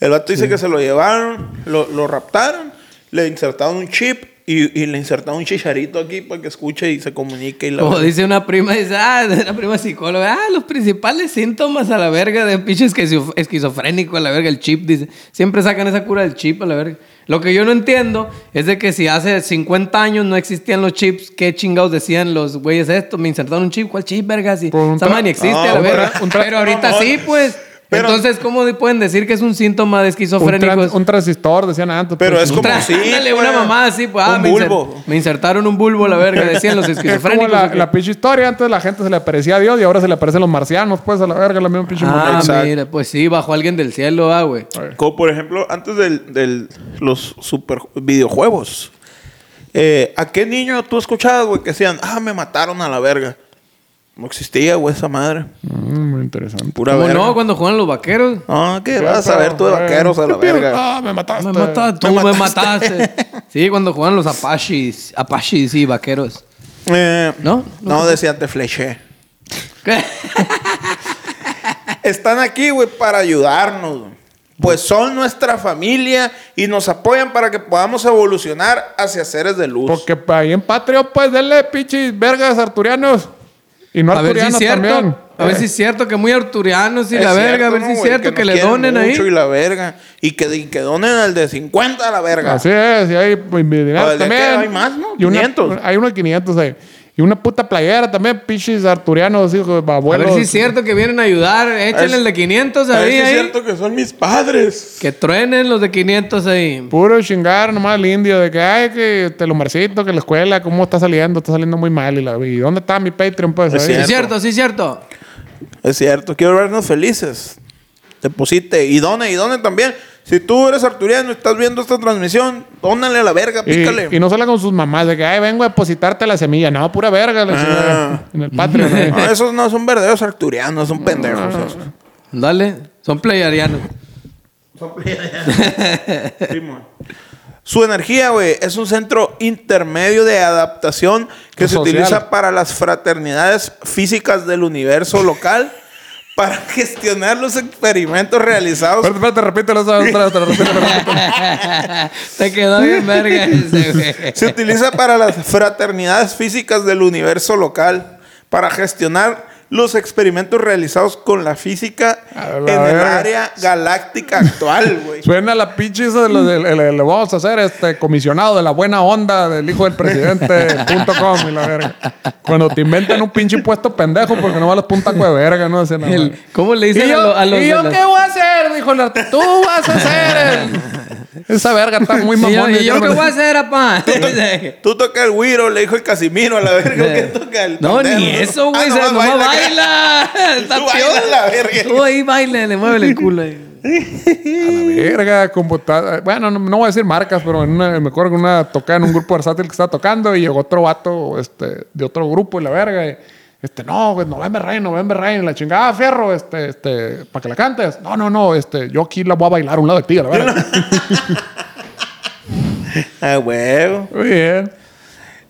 B: El vato dice que se lo llevaron, lo, lo raptaron, le insertaron un chip y, y le insertaron un chicharito aquí para que escuche y se comunique. Y la
C: Como dice una prima, dice, ah, una prima psicóloga, ah, los principales síntomas a la verga de pinche esquizo- esquizofrénico, a la verga, el chip, dice, siempre sacan esa cura del chip, a la verga. Lo que yo no entiendo es de que si hace 50 años no existían los chips, ¿qué chingados decían los güeyes esto? Me insertaron un chip, ¿cuál chip, verga? Si,
A: Pues un
C: esa
A: tra-
C: madre ni existe,
B: Ah,
C: a la
B: un tra-
C: verga.
A: un tra-
C: Pero ahorita
B: mamón.
C: sí, pues.
B: Pero-
C: Entonces, ¿cómo de- pueden decir que es un síntoma de
A: Un,
C: esquizofrénico?
A: tran- un transistor, decían antes.
B: Pero es
A: sí.
B: como-
C: Tra-
B: sí,
C: ándale,
B: pues.
C: una mamá así, pues. ah,
B: Un
C: me, inser-
B: bulbo.
C: me insertaron un bulbo, la verga, decían los
A: Es como
C: esquizofrénicos. ¿o
A: la,
C: qué?
A: la pinche historia. Antes la gente se le parecía a Dios y ahora se le aparecen los marcianos. Pues a la verga, la misma pinche
C: Ah,
B: Exacto.
C: mira, pues sí, bajó alguien del cielo, ah, güey.
B: Como por ejemplo, antes de los super videojuegos. Eh, ¿A qué niño tú escuchabas, güey, que decían, ah, me mataron a la verga? No existía, güey, esa madre.
A: Mm, muy interesante.
B: Pura
C: Como
B: verga.
C: no, cuando juegan los vaqueros.
B: Ah, ¿qué vas a ver tú de
A: Pero,
B: vaqueros a la
A: eh,
B: verga?
A: Ah, me mataste.
C: Me mataste, tú me mataste. sí, cuando juegan los apachis, apachis y vaqueros.
B: Eh,
C: ¿No?
B: No, decían, te fleché.
C: ¿Qué?
B: Están aquí, güey, para ayudarnos. güey. Pues son nuestra familia y nos apoyan para que podamos evolucionar hacia seres de luz.
A: Porque ahí en Patreon, pues, denle pinches vergas arturianos. Y no
C: A ver si es
A: arturianos
C: cierto.
A: también.
C: A ver
A: Eh,
C: si es cierto que muy arturianos y
B: Es
C: la verga. A
B: cierto,
C: ver
B: ¿no,
C: si es
B: güey?
C: cierto que,
B: nos
C: le
B: quieren
C: donen ahí.
B: mucho Y la verga. Y que, y que donen al de 50 a la verga.
A: Así es, y hay pues, mi dinero
B: Ah, ¿de qué?
A: también.
B: Hay más, ¿no?
A: Y una-
B: 500.
A: hay unos 500 ahí. Y una puta playera también, pinches arturianos, hijos,
C: A
A: abuelos.
C: ver si es cierto que vienen a ayudar. Échenle
B: ver
C: el de 500 ahí.
B: es
C: ahí.
B: cierto que son mis padres.
C: Que truenen los de 500 ahí.
A: Puro chingar nomás el indio de que, ay, que te lo marcito, que la escuela, cómo está saliendo, está saliendo muy mal. ¿Y, la, y dónde está mi Patreon? Pues,
B: Es
A: ahí?
B: cierto.
C: Es cierto, sí, es cierto.
B: Es cierto, quiero vernos felices. Deposite y done, y done también. Si tú eres arturiano y estás viendo esta transmisión, dónale a la verga, pícale.
A: Y, y no sale con sus mamás de que, ay, vengo a depositarte la semilla. No, pura verga.
B: Ah.
A: la chingada. En el Patreon. ahí.
B: No, esos no son verdaderos arturianos, son pendejos. esos.
C: Dale, son playarianos.
B: Su energía, güey, es un centro intermedio de adaptación que se
A: Social.
B: utiliza para las fraternidades físicas del universo local para gestionar los experimentos realizados.
A: Espérate, espérate, repítelo. esa otra, otra, repítelo, repítelo.
C: Te quedó bien verga ese, güey.
B: Se utiliza para las fraternidades físicas del universo local para gestionar los experimentos realizados con la física
A: A la
B: en el
A: verga.
B: área galáctica actual, güey.
A: Suena la pinche esa de lo del- el- el- lo vamos a hacer este comisionado de la buena onda del hijo del presidente.com y la verga. Cuando te inventan un pinche impuesto pendejo porque no vales punta de verga, no hacen nada.
C: El- ¿Cómo le dicen
A: ¿Y yo,
C: a, lo- a los
A: ¿y
C: de
A: yo
C: las-
A: qué voy a hacer? Dijo el arte. Tú vas a hacer. el- Esa verga está muy
C: ¿Y yo,
A: mamón.
C: y yo qué voy a hacer, apá?
B: Tú toca el güiro, le dijo el Casimiro a la verga. ¿Qué toca el
C: Eh. No,
B: pandero?
C: ni eso,
B: Ah,
C: güey. se- nomás baila. Está
B: Tú baila
C: peor.
B: la verga.
C: Tú ahí baila, le mueve el culo. ahí.
A: A la verga, como ta- Bueno, no, no voy a decir marcas, pero en una, me acuerdo que una tocada en un grupo versátil que estaba tocando y llegó otro vato este, de otro grupo y la verga. y, este, no, güey, November Rain, November Rain, la chingada, fierro, este, este, para que la cantes. No, no, no, este, yo aquí la voy a bailar a un lado de ti, a la verga.
B: Ah, huevo.
A: Muy bien.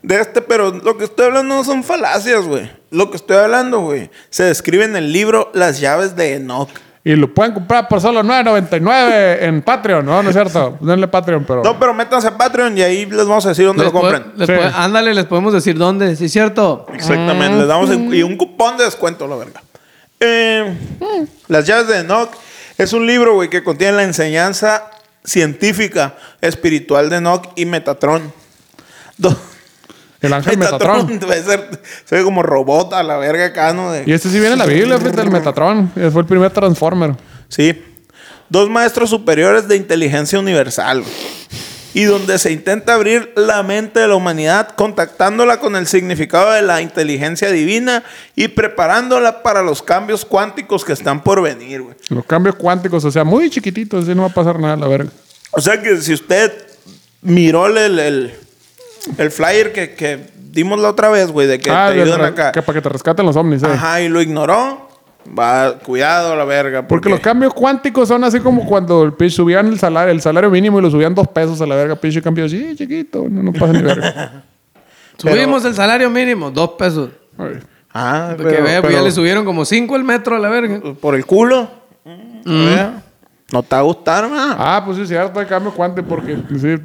B: De este, pero lo que estoy hablando no son falacias, güey. Lo que estoy hablando, güey, se describe en el libro Las llaves de Enoch.
A: Y lo pueden comprar por solo 9.99 en Patreon, ¿no? No es cierto. Denle Patreon, pero.
B: No, pero métanse a Patreon y ahí les vamos a decir dónde
C: Les
B: lo
C: puedo-
B: compran.
C: les
A: Sí.
C: puedo- ándale, les podemos decir dónde. Sí, es cierto.
B: Exactamente. Les damos un- y un cupón de descuento, la verga. Eh, Las llaves de Enoch es un libro, güey, que contiene la enseñanza científica, espiritual de Enoch y Metatron. Do-
A: el ángel Ah, Metatron.
B: debe ser, se ve como robot a la verga acá, ¿no? De-
A: Y este sí viene en la Biblia, fíjate, el Metatron. Fue el primer Transformer.
B: Sí. Dos maestros superiores de inteligencia universal. güey. Y donde se intenta abrir la mente de la humanidad contactándola con el significado de la inteligencia divina y preparándola para los cambios cuánticos que están por venir, güey.
A: Los cambios cuánticos, o sea, muy chiquititos, así no va a pasar nada, la verga.
B: O sea que si usted miró el, el, el- el flyer que, que dimos la otra vez, güey, de que
A: Ah,
B: te
A: de
B: ayudan
A: re-
B: acá.
A: que para que te rescaten los ovnis, eh.
B: Ajá, y lo ignoró. Va, cuidado a la verga.
A: Porque los cambios cuánticos son así como cuando el pinche subían el salario, el salario mínimo y lo subían dos pesos a la verga, pinche cambio así, chiquito, no, no pasa ni verga.
B: Pero-
C: Subimos el salario mínimo, dos pesos.
A: Ay.
B: Ah,
C: Porque
B: pero-
C: vea, pues ya
B: pero-
C: le subieron como cinco el metro a la verga.
B: por el culo. Vea. No te va a gustar, ma.
A: Mm. Ah, pues sí, es cierto, el cambio cuántico, porque, sí, eh,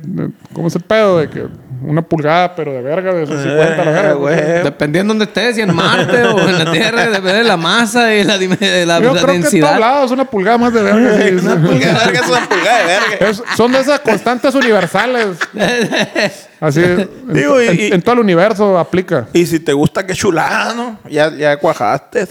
A: ¿cómo es el pedo de que una pulgada, pero de verga, de esos 50 a la verga?
B: Eh, güey.
A: porque-
C: Dependiendo donde estés, si en Marte o en la Tierra, depende de la masa y la, dim- de la,
A: Yo
C: la
A: creo que en
C: densidad.
A: todos lados una pulgada más de verga. sí, es-
B: pues Una pulgada de verga es una pulgada de verga.
A: es- son de esas constantes universales. Así, en,
B: Digo, y-
A: en-
B: y-
A: en todo el universo aplica.
B: Y si te gusta, qué chulada, ¿no? Ya, ya cuajaste.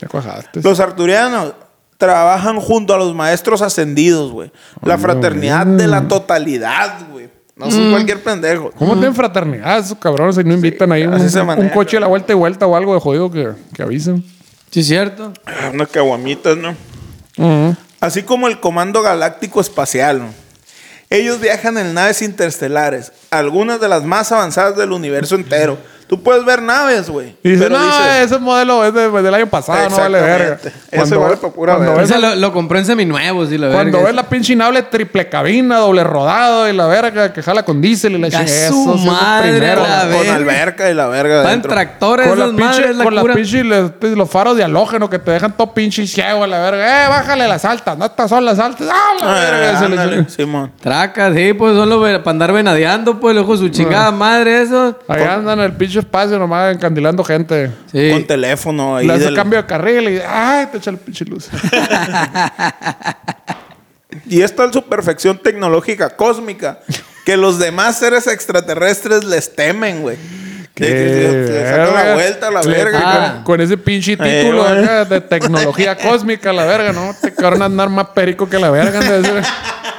A: Ya cuajaste.
B: Los arturianos trabajan junto a los maestros ascendidos, güey. La fraternidad de la totalidad, güey. No son cualquier pendejo.
A: Mm. ¿Cómo tienen fraternidad esos cabrones y no invitan ahí un,
B: Mm. así se
A: un
B: maneja.
A: coche a la vuelta y vuelta o algo de jodido que, que avisen?
C: Sí, cierto.
B: Unas caguamitas, Ah, ¿no?
A: Ujú.
B: Así como el Comando Galáctico Espacial. ¿no? Ellos viajan en naves interestelares, algunas de las más avanzadas del universo entero. Tú puedes ver naves, güey.
A: Y dice,
B: pero
A: no,
B: dices,
A: ese modelo es de- del año pasado, no vale verga.
B: Exactamente. Ese vale pa' pura
A: cuando
B: verga.
A: ves,
C: Ese lo, lo compré en seminuevo, sí, la verga.
A: cuando ves la pinche inable triple cabina, doble rodado y la verga que jala con diésel y la
C: Ya
A: chingada.
C: su
A: Eso sí es un
C: madre,
A: primero.
C: la
B: con
C: verga.
B: alberca y la verga
C: Van
B: adentro.
C: tractores,
A: Con la
C: esas
A: pinche,
C: madres, la
A: con la
C: cura.
A: pinche les- pues, los faros de halógeno que te dejan todo pinche ciego a la verga. Eh, bájale las altas. No, estas son las altas. ¡Ah, la verga!
B: Ah,
A: Se le-
B: ándale, Simón.
C: Tracas, sí, pues solo ve- para andar venadeando, pues, lejos su chingada madre, eso.
A: Ahí andan en el pinche espacio nomás encandilando gente.
C: Sí.
B: Con teléfono ahí.
A: Le hace
B: del-
A: cambio de carril y ¡ay! te echa el pinche luz.
B: Y es tal su perfección tecnológica cósmica que los demás seres extraterrestres les temen, güey.
A: Qué
B: Le- Le le sacan
A: verga.
B: la vuelta a la
A: Le-
B: verga. Eh,
A: con-
C: Ah.
A: Con, ese pinche título
B: güey.
A: acá de tecnología cósmica, la verga, ¿no? Te cabrón andar más perico que la verga. han de ser.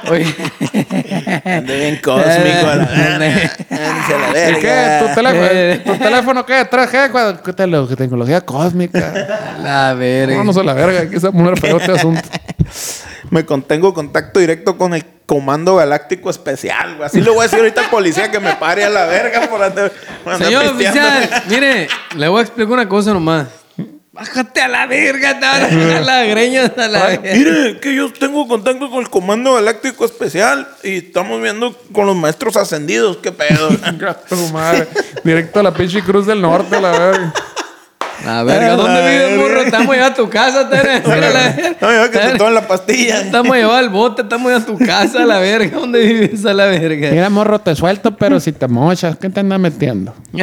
C: Oye.
B: Ande bien cósmico a la verga. Ándese a la
A: eh, ¿Y qué? ¿Tu
B: verga.
A: teléfono, ¿Tu teléfono qué? ¿3G? ¿Cuál- ¿Qué tele- tecnología cósmica?
C: La verga.
A: Vámonos a la verga. Aquí se va a poner feo este asunto.
B: Me contengo contacto directo con el Comando Galáctico Especial, güey. Así le voy a decir ahorita al policía que me pare a la verga por andar, por andar
C: Señor
B: pisteando.
C: oficial, mire, le voy a explicar una cosa nomás. Bájate a la verga, te van a dejar las greñas a la verga.
B: Mire, que yo tengo contacto con el Comando Galáctico Especial y estamos viendo con los maestros ascendidos. ¿Qué pedo?
A: Gato madre. Directo a la pinche Cruz del Norte, la verga.
C: La
B: La
C: verga, ¿dónde vives,
B: verga.
C: burro? Estamos ya a tu casa, te van a dejar a la verga.
B: No, yo que te toman la
C: Ya
B: pastilla.
C: estamos llevados al bote, estamos ya a tu casa, a la verga. ¿Dónde vives a la verga?
A: Mira, morro, te suelto, pero si te mochas, ¿qué te andas metiendo?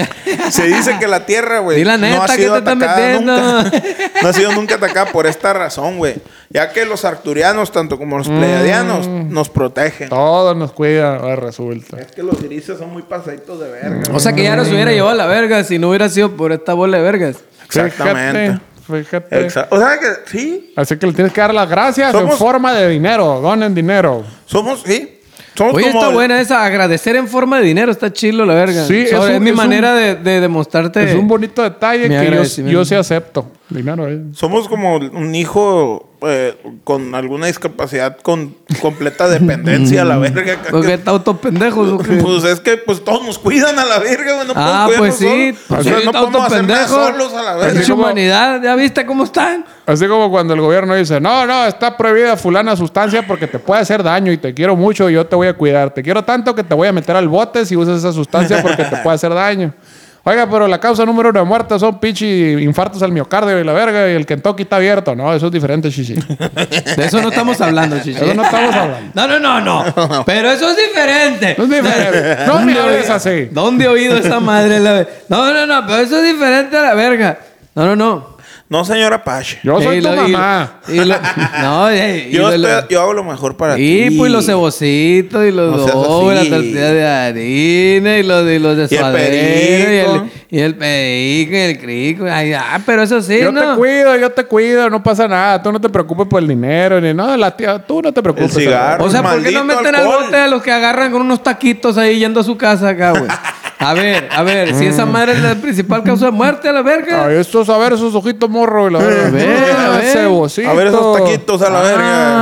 B: Se dice que la Tierra, güey,
C: Di la
B: no ha
C: neta,
B: sido
C: ¿qué te estás
B: atacada
C: metiendo?
B: nunca. No ha sido nunca atacada por esta razón, güey. Ya que los arturianos, tanto como los
C: Mm.
B: pleiadianos, nos protegen.
A: Todo nos cuida, ahora resulta.
B: Es que los grises son muy pasaditos de verga.
C: O sea que ya nos hubiera llevado a la verga si no hubiera sido por esta bola de vergas.
B: Exactamente.
A: Fíjate. fíjate.
B: Exa- O sea que sí,
A: Así que le tienes que dar las gracias en
B: Somos-
A: forma de dinero. Donen dinero.
B: somos, sí. Somos
C: Oye,
B: como
C: está
B: el-
C: buena esa. Agradecer en forma de dinero. Está chilo, la verga.
A: Sí, es
C: Sobre- es,
A: un-
C: mi
A: es un-
C: manera de, de demostrarte.
A: Es un bonito detalle
C: Mi
A: que yo,
C: agradecimiento.
A: yo sí acepto. Dinero, eh.
B: Somos como un hijo eh, con alguna discapacidad con completa dependencia a la verga. acá
C: ¿Por qué
B: que-
C: está auto pendejo? ¿o qué?
B: Pues es que pues todos nos cuidan a la verga, güey. No
C: ah,
B: podemos
C: pues sí.
B: cuidarnos solos. O sea, no podemos hacer nada solos a la verga.
A: Así
C: Es
A: como-
C: humanidad. ¿Ya viste cómo están?
A: Así como cuando el gobierno dice, no, no, está prohibida fulana sustancia porque te puede hacer daño y te quiero mucho y yo te voy a cuidar. Te quiero tanto que te voy a meter al bote si usas esa sustancia porque te puede hacer daño. Oiga, pero la causa número uno de muerte son pinche infartos al miocardio y la verga y el Kentucky está abierto. No, eso es diferente, chichi.
C: De eso no estamos hablando, chichi.
A: Eso no estamos hablando.
C: No, no, no, no. Pero eso es diferente.
A: No es diferente. No me hables así.
C: ¿Dónde he oído esa madre? La... ver- No, no, no. Pero eso es diferente a la verga. No, no, no.
B: No, señora Pache. Yo,
A: Yo soy
C: Y
A: tu
C: lo- y-
A: mamá.
C: y lo- no, y- y lo-
B: estoy- yo hago lo mejor para ti.
C: Y pues los cebocitos y los
B: No seas
C: dos, la
B: así.
C: tortilla de harina y los, y los
B: Y
C: de
B: el
C: suadero y el,
B: perico.
C: y el perico y el crico. Ay, ah, pero eso sí,
A: Yo
C: ¿no?
A: te cuido, yo te cuido, no pasa nada. Tú no te preocupes por el dinero, ni nada. La tía, tú no te preocupes.
B: El cigarro.
C: o sea, ¿por qué no
B: Maldito
C: meten
B: alcohol.
C: al bote a los que agarran con unos taquitos ahí yendo a su casa acá, güey? A ver, a ver, si
A: Mm.
C: esa madre es la principal causa de muerte, a la verga.
A: Ay, estos, a ver, esos ojitos morro. y La
C: A ver, a ver.
A: Cebocito.
B: A ver esos taquitos a la
C: Ah,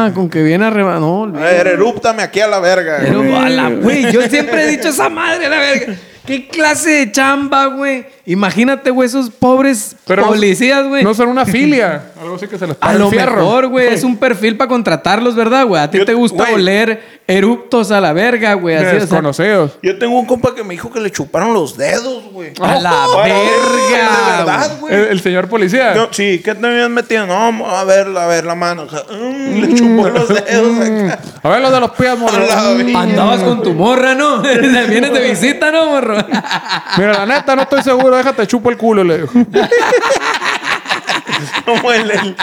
B: verga.
C: con que viene a reba... No,
B: A
C: olvídate.
B: ver, erúptame aquí a la verga.
C: Pero,
B: güey.
C: a la- güey, yo siempre he dicho esa madre, a la verga. ¿Qué clase de chamba, güey? Imagínate, güey, esos pobres
A: Pero no-
C: policías, güey.
A: No son una filia. Algo así que se les
C: a
A: paga el
C: lo
A: fierro.
C: mejor, güey, es un perfil para contratarlos, ¿verdad, güey? A ti
B: Yo-
C: te gusta
B: güey.
C: oler eruptos a la verga, güey. Así, o sea,
A: Desconocidos.
B: Yo tengo un compa que me dijo que le chuparon los dedos, güey.
C: a la
B: Para- De
C: verga,
B: verdad,
C: güey.
A: El,
B: güey.
A: el señor policía.
B: No, sí, ¿qué te habían metido? No, a ver, a ver, la mano. O sea, mm, le chupó los dedos acá.
C: Mm.
A: A ver, los de los pies, morro.
B: A la verga.
C: Andabas con tu morra, ¿no? Vienes de visita, ¿no, morro?
A: Mira, la neta, no estoy seguro. Déjate, chupo el culo, le digo.
B: Como el, el-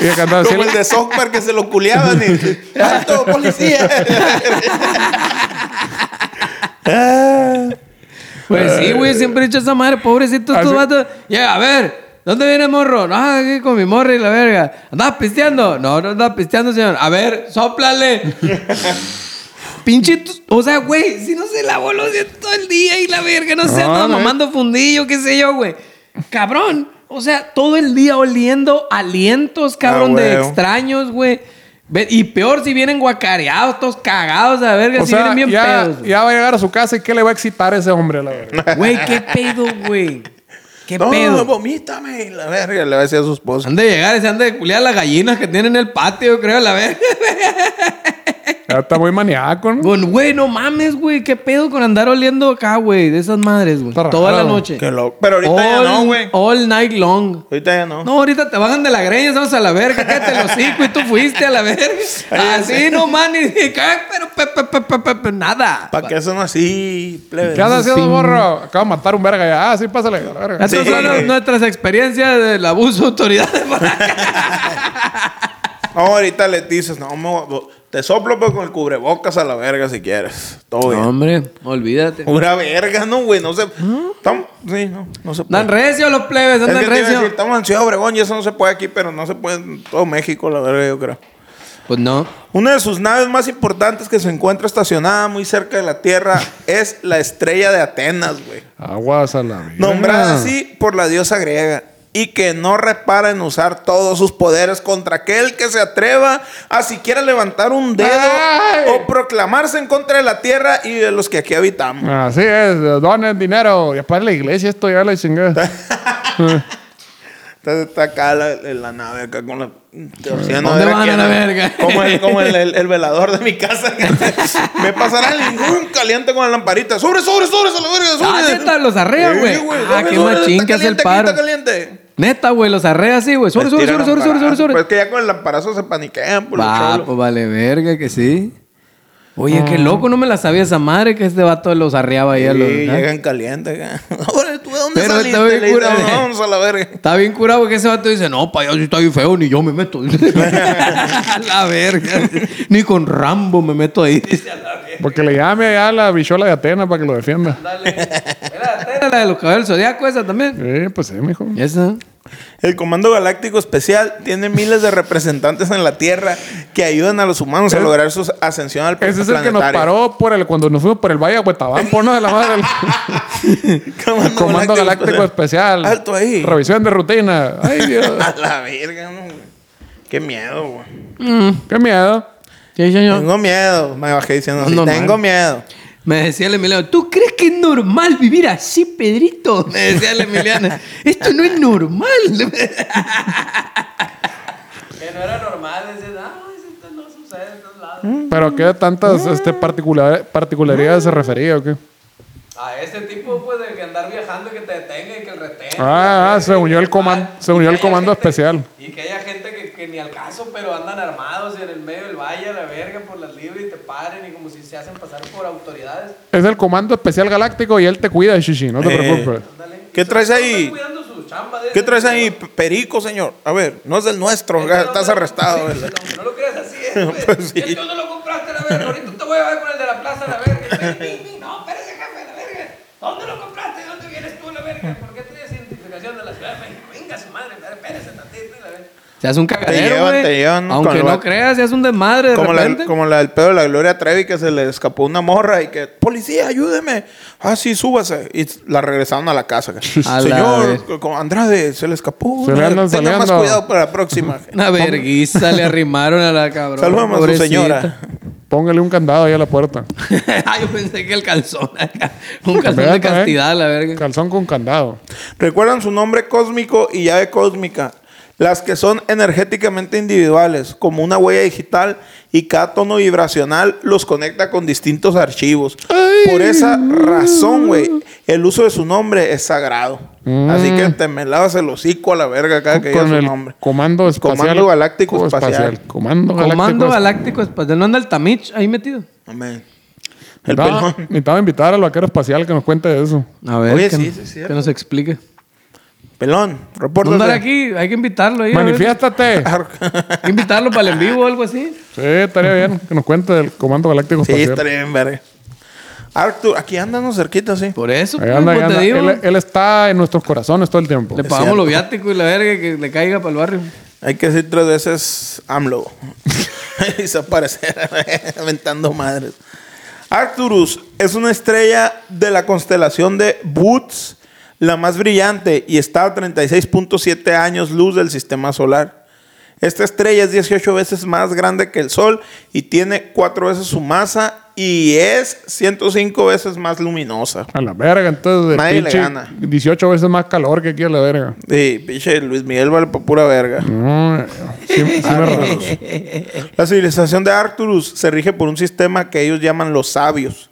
A: Y acá andaba así.
B: como el de South Park que se lo culeaban y... ¡Alto, policía!
C: Pues sí, güey, siempre he dicho esa madre, pobrecitos
A: Así-
C: estos vatos. Ya, a ver. ¿Dónde viene morro? No, aquí con mi morro y la verga. ¿Andaba pisteando? No, no andaba pisteando, señor. A ver, sóplale. Pinche, tu- o sea, güey, si no se lavó los dientes todo el día y la verga, no sé,
A: No,
C: andaba
A: güey.
C: mamando fundillo, qué sé yo, güey. Cabrón, o sea, todo el día oliendo alientos, cabrón,
A: Ah,
C: de
B: huevo.
C: extraños, güey. Ve- Y peor si vienen guacareados, todos cagados, a la verga,
A: O
C: si
A: sea,
C: vienen bien
A: ya,
C: pedos. güey.
A: ya va a llegar a su casa y ¿qué le va a excitar a ese hombre a la verga?
C: Güey, qué pedo, güey. Qué
B: No,
C: pedo.
B: vomítame. y La verga, le va a decir a su esposa.
C: pues, Han de llegar y se han de culiar las gallinas que tienen en el patio, creo, la verga.
A: Ya está muy maniaco, ¿no?
C: Con, güey, no mames, güey. ¿Qué pedo con andar oliendo acá, güey? De esas madres, güey.
A: Está
C: Toda la
A: raro.
C: noche.
B: Qué loco. Pero ahorita ya
C: all,
B: no, güey.
C: All night long.
B: Ahorita ya no.
C: No, ahorita te bajan de la greña, vamos a la verga, cállate los hocico y tú fuiste a la verga. Así no man, y dije, "Ah, pero pe, pe, pe, pe, pe, pe, nada.
B: ¿Para qué son así, plebe?
A: ¿Qué andas haciendo,
C: Sí.
A: morro? Acabo de matar un verga ya. Ah, sí, pásale. la verga.
C: Estas
B: Sí.
C: son las- nuestras experiencias del abuso de autoridad de por acá.
B: No, ahorita le dices, no, me voy- te soplo pero con el cubrebocas a la verga si quieres. Todo bien.
C: Hombre, olvídate.
B: Pura verga, no, güey. No se. Estamos- Sí, no, no se puede.
C: Andan recio los plebes,
B: Es que
C: andan
B: te iba a decir,
C: recio.
B: estamos en Ciudad Obregón y eso no se puede aquí, pero no se puede en todo México, la verga, yo creo.
C: Pues no.
B: Una de sus naves más importantes que se encuentra estacionada muy cerca de la Tierra es la estrella de Atenas, güey.
A: Aguas a la verga.
C: Ah.
B: Nombrada así por la diosa griega. Y que no repara en usar todos sus poderes contra aquel que se atreva a siquiera levantar un dedo
A: ¡Ay!
B: o proclamarse en contra de la tierra y de los que aquí
C: Ah.
B: habitamos.
A: Así es, donen dinero. Y aparte la iglesia, esto ya la chingada.
B: Entonces está acá la, la nave acá con la... torciendo
C: ¿Dónde
B: ver
C: van
B: quién
C: a la
B: era.
C: verga?
B: Como el, como el, el- el velador de mi casa. Me pasará el ningún caliente con la lamparita. Sobre, sobre, sobre, a la verga,
C: Ah,
B: sobre.
C: neta, los arrea,
B: Sí,
C: güey. Ah,
B: sobre,
C: qué
B: sobre,
C: machín
B: está
C: que hace el
B: caliente aquí,
C: paro.
B: Está caliente.
C: Neta, güey, los arrea así, güey. Sobre,
B: Les
C: sobre,
B: tira
C: sobre, sobre, sobre, sobre,
B: lamparazo.
C: sobre.
B: Pues que ya con el lamparazo se paniquean por
C: Va,
B: los
C: pues
B: cholos. Ah.
C: vale verga que sí. Oye, qué loco, no me la sabía esa madre que este vato los arreaba ahí a
B: Sí,
C: los. ¿eh?
B: llegan calientes acá. Ahora, ¿tú de dónde
C: Pero
B: saliste?
C: está bien
B: Le dicen,
C: cura, güey.
B: "No, vamos a la verga.
C: Está bien curado porque ese vato dice, no, pa, yo sí está bien feo, ni yo me meto. a la verga. Ni con Rambo me meto ahí. Dice a la verga.
A: Porque le llame allá a la bichola de Atenas para que lo defienda.
C: Dale. Era, era la de los cabellos zodiaco esa también.
A: Eh, pues sí, mijo.
C: Esa.
B: El Comando Galáctico Especial tiene miles de representantes en la Tierra que ayudan a los humanos a lograr su ascensión al
A: Ese
B: planeta.
A: es el que nos paró por el, cuando nos fuimos por el Valle de Huetabampo, ¿no? De la madre. del-
B: Comando,
A: Comando Galáctico Especial.
B: pues, Alto ahí.
A: Revisión de rutina. Ay, Dios.
B: A la verga, no, güey. Qué miedo, güey.
C: Mm.
A: Qué miedo.
C: Sí, señor.
B: Tengo miedo. Me bajé diciendo así.
C: Normal.
B: Tengo miedo.
C: Me decía el Emiliano, ¿tú crees que es normal vivir así, Pedrito? Me decía el Emiliano, esto no es normal. que no era normal, decía, no, esto no sucede en todos lados.
A: Pero qué tantas este, particular- particularidades se refería o qué.
C: A ese tipo, pues, de que andar viajando, que te detenga y que el retenga.
A: Ah, ah, se unió el coman-
C: comando
A: se unió el comando especial.
C: Y que haya gente que, que ni al caso, pero andan armados y en el medio del valle, a la verga, por las libres y te paren y como si se hacen pasar por autoridades.
A: Es el comando especial galáctico y él te cuida, Shishi, no te
B: Eh.
A: preocupes.
B: ¿Qué traes ahí?
C: Están cuidando su chamba de
B: ¿Qué
C: ese
B: traes
C: tipo.
B: ahí, perico, señor? A ver, no es el nuestro.
C: Este
B: Estás arrestado, ¿verdad?
C: Aunque no lo creas así, es, güey.
B: Pues sí.
C: Es que tú no lo compraste, la verga. Ahorita te voy a ver con el de la plaza, la verga. Ping, ping, ping. No, espérese, jefe, la verga. ¿Dónde lo compraste? ¿De dónde vienes tú, la verga? ¿Por qué tienes identificación de la Ciudad de México? Venga, su madre, la verga, espérese tantito, la verga. Se hace un
B: cagadero, Te llevan, güey. te llevan Aunque con el no vato.
C: creas, se hace un desmadre
B: Como la, como la del pedo de la Gloria Trevi que se le escapó una morra y que, policía, ayúdeme. Ah, sí, súbase. Y la regresaron a la casa.
C: A la
B: Señor,
C: vez.
B: co- co- Andrade, se le escapó.
A: Se le
B: una.
A: andan
B: Tenga más
A: saliendo.
B: cuidado para la próxima.
C: Una verguiza le arrimaron a la cabrón.
B: Saludame a su señora.
A: Póngale un candado ahí a la puerta.
C: Yo pensé que el calzón acá. Un
A: calzón de castidad,
C: la verga.
A: Calzón con candado.
B: Recuerdan su nombre cósmico y llave cósmica. Las que son energéticamente individuales, como una huella digital y cada tono vibracional los conecta con distintos archivos. Por esa razón, güey, el uso de su nombre es sagrado. Así que te me lavas el hocico a la verga cada Ah, que digas
A: Mm. con
B: su
A: el
B: nombre.
A: comando espacial.
B: Comando Galáctico
A: co-
B: Espacial.
A: Comando galáctico.
C: Comando
A: espacial.
C: galáctico espacial. pues, ¿No anda el Tamich ahí metido?
B: Amén. El
A: Necesitaba,
B: pelón.
A: necesitaba invitar al vaquero espacial que nos cuente de eso.
C: A ver,
B: Oye,
C: que,
B: sí,
C: nos-
B: sí, es
C: que
B: cierto.
C: nos explique.
B: Pelón,
C: Por andar
B: repórtate.
C: aquí, hay que invitarlo ahí. a ver.
A: Manifiéstate.
C: Hay que invitarlo para el en vivo o algo así.
A: sí, estaría bien que nos cuente del comando galáctico
B: Sí,
A: espacial.
B: estaría bien, verga. Arctur, aquí andanos cerquita, sí.
C: Por eso,
A: Ahí
C: pues,
A: anda, ahí
C: pues, te
A: anda.
C: digo.
A: Él, él está en nuestros corazones todo el tiempo.
C: Le
B: cierto.
C: pagamos los viáticos y la verga que le caiga para el barrio.
B: Hay que decir tres veces AMLO. y desaparecer, aventando madres. Arcturus es una estrella de la constelación de Boots, la más brillante, y está a 36.7 años luz del sistema solar. Esta estrella es 18 veces más grande que el Sol y tiene 4 veces su masa y es 105 veces más luminosa.
A: A la verga, entonces de
B: Nadie le
A: pinche
B: gana.
A: 18 veces más calor que aquí a la verga.
B: Sí, pinche Luis Miguel vale pa' pura verga.
A: No, sí, sí
B: Ah,
A: me razón.
B: eh, La civilización de Arcturus se rige por un sistema que ellos llaman los sabios.